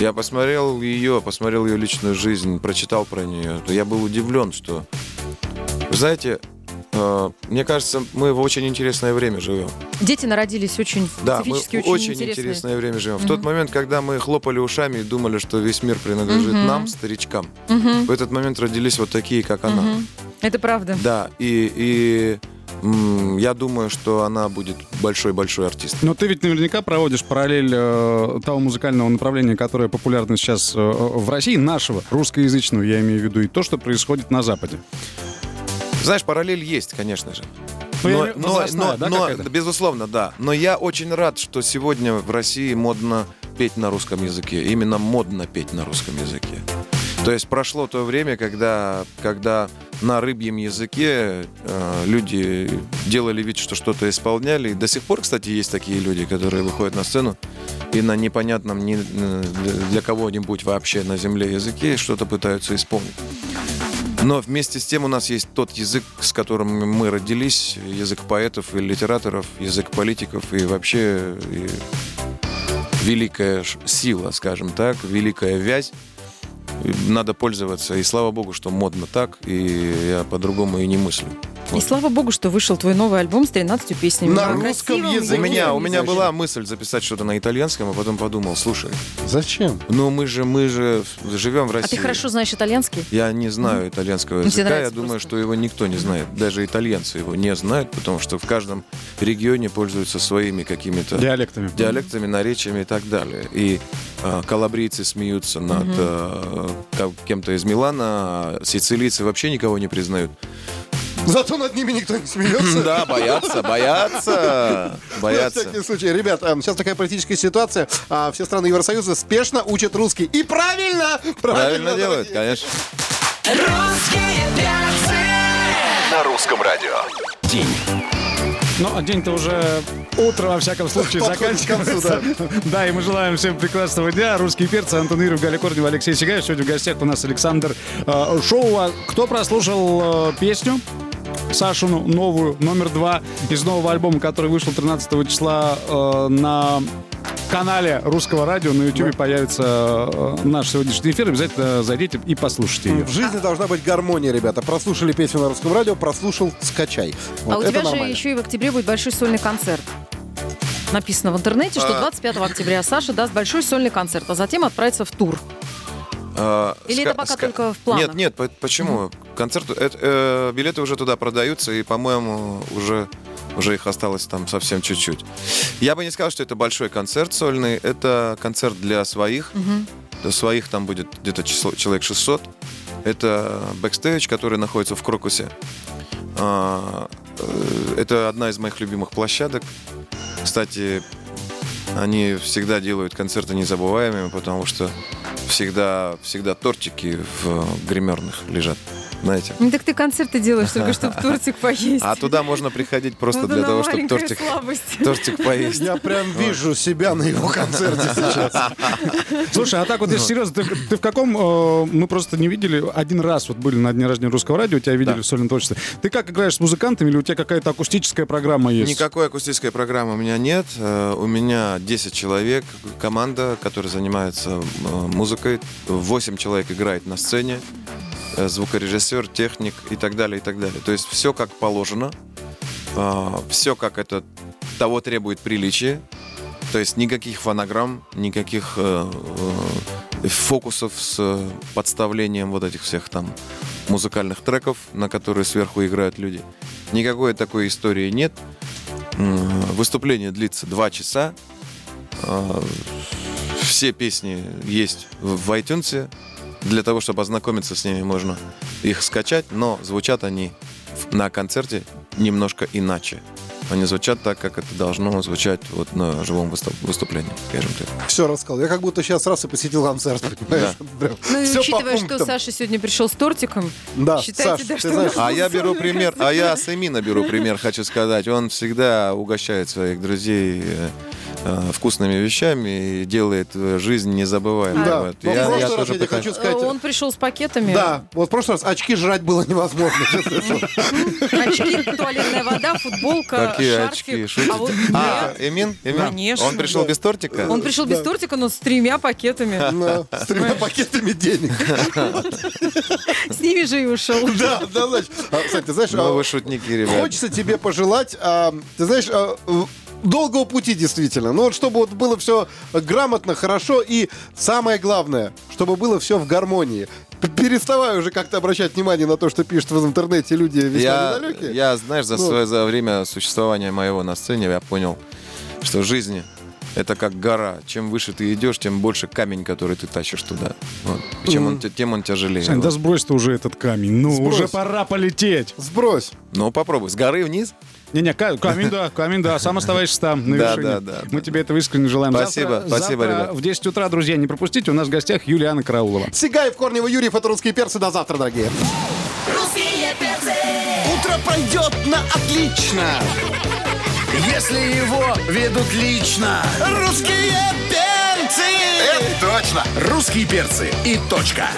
[SPEAKER 10] Я посмотрел ее, посмотрел ее личную жизнь, прочитал про нее. Я был удивлен, что... Вы знаете, э, мне кажется, мы в очень интересное время живем.
[SPEAKER 4] Дети народились очень
[SPEAKER 10] Да, мы
[SPEAKER 4] специфически,
[SPEAKER 10] очень,
[SPEAKER 4] очень,
[SPEAKER 10] интересное.
[SPEAKER 4] интересные.
[SPEAKER 10] время живем. В
[SPEAKER 4] Мгм.
[SPEAKER 10] тот момент, когда мы хлопали ушами и думали, что весь мир принадлежит
[SPEAKER 4] Мгм.
[SPEAKER 10] нам, старичкам,
[SPEAKER 4] Мгм.
[SPEAKER 10] в этот момент родились вот такие, как она.
[SPEAKER 4] Мгм. Это правда.
[SPEAKER 10] Да, и, и м, я думаю, что она будет большой-большой артист.
[SPEAKER 2] Но ты ведь наверняка проводишь параллель э, того музыкального направления, которое популярно сейчас э, в России, нашего, русскоязычного, я имею в виду, и то, что происходит на Западе.
[SPEAKER 10] Знаешь, параллель есть, конечно же.
[SPEAKER 2] Ну, я
[SPEAKER 10] Но,
[SPEAKER 2] имею в виду
[SPEAKER 10] но-
[SPEAKER 2] возрастная,
[SPEAKER 10] но-
[SPEAKER 2] да,
[SPEAKER 10] но,
[SPEAKER 2] какая-то?
[SPEAKER 10] безусловно, да. Но я очень рад, что сегодня в России модно петь на русском языке. Именно модно петь на русском языке. То есть прошло то время, когда, когда на рыбьем языке э, люди делали вид, что что-то исполняли. И до сих пор, кстати, есть такие люди, которые выходят на сцену и на непонятном ни- э, для кого-нибудь вообще на земле языке что-то пытаются исполнить. Но вместе с тем у нас есть тот язык, с которым мы родились, язык поэтов и литераторов, язык политиков и вообще и великая ш- сила, скажем так, великая вязь. И Надо пользоваться, и слава богу, что модно так, и я по-другому и не мыслю.
[SPEAKER 4] И слава богу, что вышел твой новый альбом с 13 песнями.
[SPEAKER 3] На
[SPEAKER 4] Красивым,
[SPEAKER 3] русском
[SPEAKER 4] красивым,
[SPEAKER 3] языке.
[SPEAKER 10] У меня, у
[SPEAKER 4] красивым
[SPEAKER 10] меня
[SPEAKER 4] языком.
[SPEAKER 10] была мысль записать что-то на итальянском, а потом подумал, слушай,
[SPEAKER 3] Зачем?
[SPEAKER 10] ну мы же, мы же живем в
[SPEAKER 4] А ты
[SPEAKER 10] России.
[SPEAKER 4] хорошо знаешь итальянский?
[SPEAKER 10] Я не знаю
[SPEAKER 4] Ну,
[SPEAKER 10] итальянского
[SPEAKER 4] тебе
[SPEAKER 10] языка. Я
[SPEAKER 4] нравится
[SPEAKER 10] думаю, что его никто не знает. Даже итальянцы его не знают, потому что в каждом регионе пользуются своими какими-то
[SPEAKER 2] Диалектами.
[SPEAKER 10] диалектами, наречиями и так далее. И э, калабрийцы смеются над
[SPEAKER 2] Мгм.
[SPEAKER 10] э, ка- кем-то из Милана, а сицилийцы вообще никого не признают.
[SPEAKER 3] Зато над ними никто не
[SPEAKER 10] <laughs>
[SPEAKER 3] смеется. Ну,
[SPEAKER 10] Да, боятся, боятся,
[SPEAKER 3] На
[SPEAKER 10] боятся.
[SPEAKER 3] всякий случай, ребят, эм, сейчас такая политическая ситуация. а, Все страны Евросоюза спешно учат русский. И правильно! <laughs>
[SPEAKER 10] Правильно делают, конечно.
[SPEAKER 11] На русском радио.
[SPEAKER 8] День.
[SPEAKER 2] Ну, а день-то уже утро, во всяком случае,
[SPEAKER 8] Подходит к концу,
[SPEAKER 2] заканчивается. Да, и мы желаем всем прекрасного дня. Русские перцы, Антон Иров, Галя Корнева, Алексей Сигаев. Сегодня в гостях у нас Александр э, Шоуа. Кто прослушал э, песню? Сашину новую, номер два, из нового альбома, который вышел 13 числа э, на канале Русского радио на YouTube появится э, наш сегодняшний эфир. Обязательно зайдите и послушайте ее.
[SPEAKER 3] В жизни должна быть гармония, ребята. Прослушали песню на русском радио, прослушал, скачай. Вот,
[SPEAKER 4] а у
[SPEAKER 3] это
[SPEAKER 4] тебя же
[SPEAKER 3] нормально.
[SPEAKER 4] еще и в октябре будет большой сольный концерт. Написано в интернете, что
[SPEAKER 10] А.
[SPEAKER 4] 25 октября Саша даст большой сольный концерт, а затем отправится в тур.
[SPEAKER 10] А,
[SPEAKER 4] Или это пока только в планах?
[SPEAKER 10] Нет, нет, по- почему? Концерт, это, э, билеты уже туда продаются, и, по-моему, уже, уже их осталось там совсем чуть-чуть. Я бы не сказал, что это большой концерт сольный, это концерт для своих.
[SPEAKER 4] Мгм.
[SPEAKER 10] Для своих там будет где-то число, человек 600. Это бэкстейдж, который находится в Крокусе. А, э, Это одна из моих любимых площадок. Кстати, они всегда делают концерты незабываемыми, потому что всегда, всегда тортики в э, гримерных лежат. знаете.
[SPEAKER 4] Ну так ты концерты делаешь <laughs> только, чтобы тортик поесть.
[SPEAKER 10] А туда можно приходить просто
[SPEAKER 4] Вот
[SPEAKER 10] для
[SPEAKER 4] она
[SPEAKER 10] того, чтобы
[SPEAKER 4] маленькая
[SPEAKER 10] тортик,
[SPEAKER 4] слабость.
[SPEAKER 10] тортик поесть. <laughs>
[SPEAKER 3] Я прям вижу себя на его концерте сейчас.
[SPEAKER 2] Слушай, а так
[SPEAKER 10] Ну.
[SPEAKER 2] вот, если серьезно, ты, в- ты в каком... э, мы просто не видели, один раз вот были на дне рождения русского радио, тебя видели в сольном творчестве. Ты как играешь с музыкантами или у тебя какая-то акустическая программа есть?
[SPEAKER 10] Никакой акустической программы у меня нет. Э, У меня 10 человек, команда, которая занимается э, музыкой. 8 человек играет на сцене. Э, Звукорежиссер, техник и так далее, и так далее. То есть все как положено. Все как это того требует приличие. То есть никаких фонограмм, никаких э, э, фокусов с э, подставлением вот этих всех там музыкальных треков, на которые сверху играют люди. Никакой такой истории нет. М, Э, Выступление длится два часа. Э, Все песни есть в в iTunes. Для того, чтобы ознакомиться с ними, можно их скачать, но звучат они в- на концерте немножко иначе. Они звучат так, как это должно звучать вот на живом выступ- выступлении, скажем так.
[SPEAKER 3] Все рассказал. Я как будто сейчас раз и посетил концерт, понимаешь? Прям
[SPEAKER 4] Ну и
[SPEAKER 3] всё по
[SPEAKER 4] учитывая, что
[SPEAKER 3] пунктам.
[SPEAKER 4] Саша сегодня пришел с тортиком,
[SPEAKER 3] Да,
[SPEAKER 4] считайте,
[SPEAKER 3] Саш,
[SPEAKER 4] да,
[SPEAKER 3] ты
[SPEAKER 4] что он
[SPEAKER 3] знаешь-
[SPEAKER 10] А я беру пример, а я с Эмина беру
[SPEAKER 3] <laughs>
[SPEAKER 10] пример, хочу сказать. Он всегда угощает своих друзей э, э, вкусными вещами и делает э, жизнь незабываемой.
[SPEAKER 3] Да,
[SPEAKER 10] Вот.
[SPEAKER 3] но в прошлый раз я тебе
[SPEAKER 10] пытаюсь-
[SPEAKER 3] хочу
[SPEAKER 4] Э, Он пришел с пакетами.
[SPEAKER 3] Да, вот в прошлый раз очки жрать было невозможно. <laughs> честное слово.
[SPEAKER 4] Очки, туалетная вода, футболка,
[SPEAKER 10] Какие
[SPEAKER 4] шарфик.
[SPEAKER 10] очки? Шутите?
[SPEAKER 4] А вот
[SPEAKER 10] А, Эмин? Эмин?
[SPEAKER 4] Конечно.
[SPEAKER 10] Он пришел без тортика?
[SPEAKER 4] он пришел без тортика, но с тремя пакетами.
[SPEAKER 10] <laughs>
[SPEAKER 3] Ну, С тремя пакетами денег. <laughs>
[SPEAKER 4] С ними же и ушел.
[SPEAKER 3] Да, да, значит. А, Кстати, ты знаешь,
[SPEAKER 10] Ну,
[SPEAKER 3] а,
[SPEAKER 10] вы шутники, ребята.
[SPEAKER 3] Хочется тебе пожелать, а, ты знаешь, а, в- долгого пути действительно. Ну вот чтобы вот было все грамотно, хорошо и самое главное, чтобы было все в гармонии. П- Переставай уже как-то обращать внимание на то, что пишут в интернете люди весьма
[SPEAKER 10] я,
[SPEAKER 3] недалекие.
[SPEAKER 10] я, знаешь, за,
[SPEAKER 3] Ну.
[SPEAKER 10] свое, за время существования моего на сцене я понял, что жизнь это как гора. Чем выше ты идешь, тем больше камень, который ты тащишь туда. Вот. И чем он, те- тем он тяжелее.
[SPEAKER 2] Сань, да
[SPEAKER 10] Вот.
[SPEAKER 2] сбрось ты уже этот камень. Ну, уже пора полететь.
[SPEAKER 3] Сбрось.
[SPEAKER 10] Ну, попробуй. С горы вниз.
[SPEAKER 2] Не-не, ка- камень, да, камень, да. Сам оставаешься там, на
[SPEAKER 10] Да,
[SPEAKER 2] вершине.
[SPEAKER 10] да, да,
[SPEAKER 2] Мы тебе этого искренне желаем.
[SPEAKER 10] Спасибо,
[SPEAKER 2] Завтра-
[SPEAKER 10] спасибо,
[SPEAKER 2] завтра
[SPEAKER 10] ребят.
[SPEAKER 2] в 10 утра, друзья, не пропустите. У нас в гостях Юлиана Караулова.
[SPEAKER 3] Сигаев, Корнева, Юрьев, это «Русские перцы». До завтра, дорогие.
[SPEAKER 1] Русские перцы.
[SPEAKER 12] Утро пройдет на отлично, если его ведут лично. Русские перцы! Это точно! Русские перцы и точка!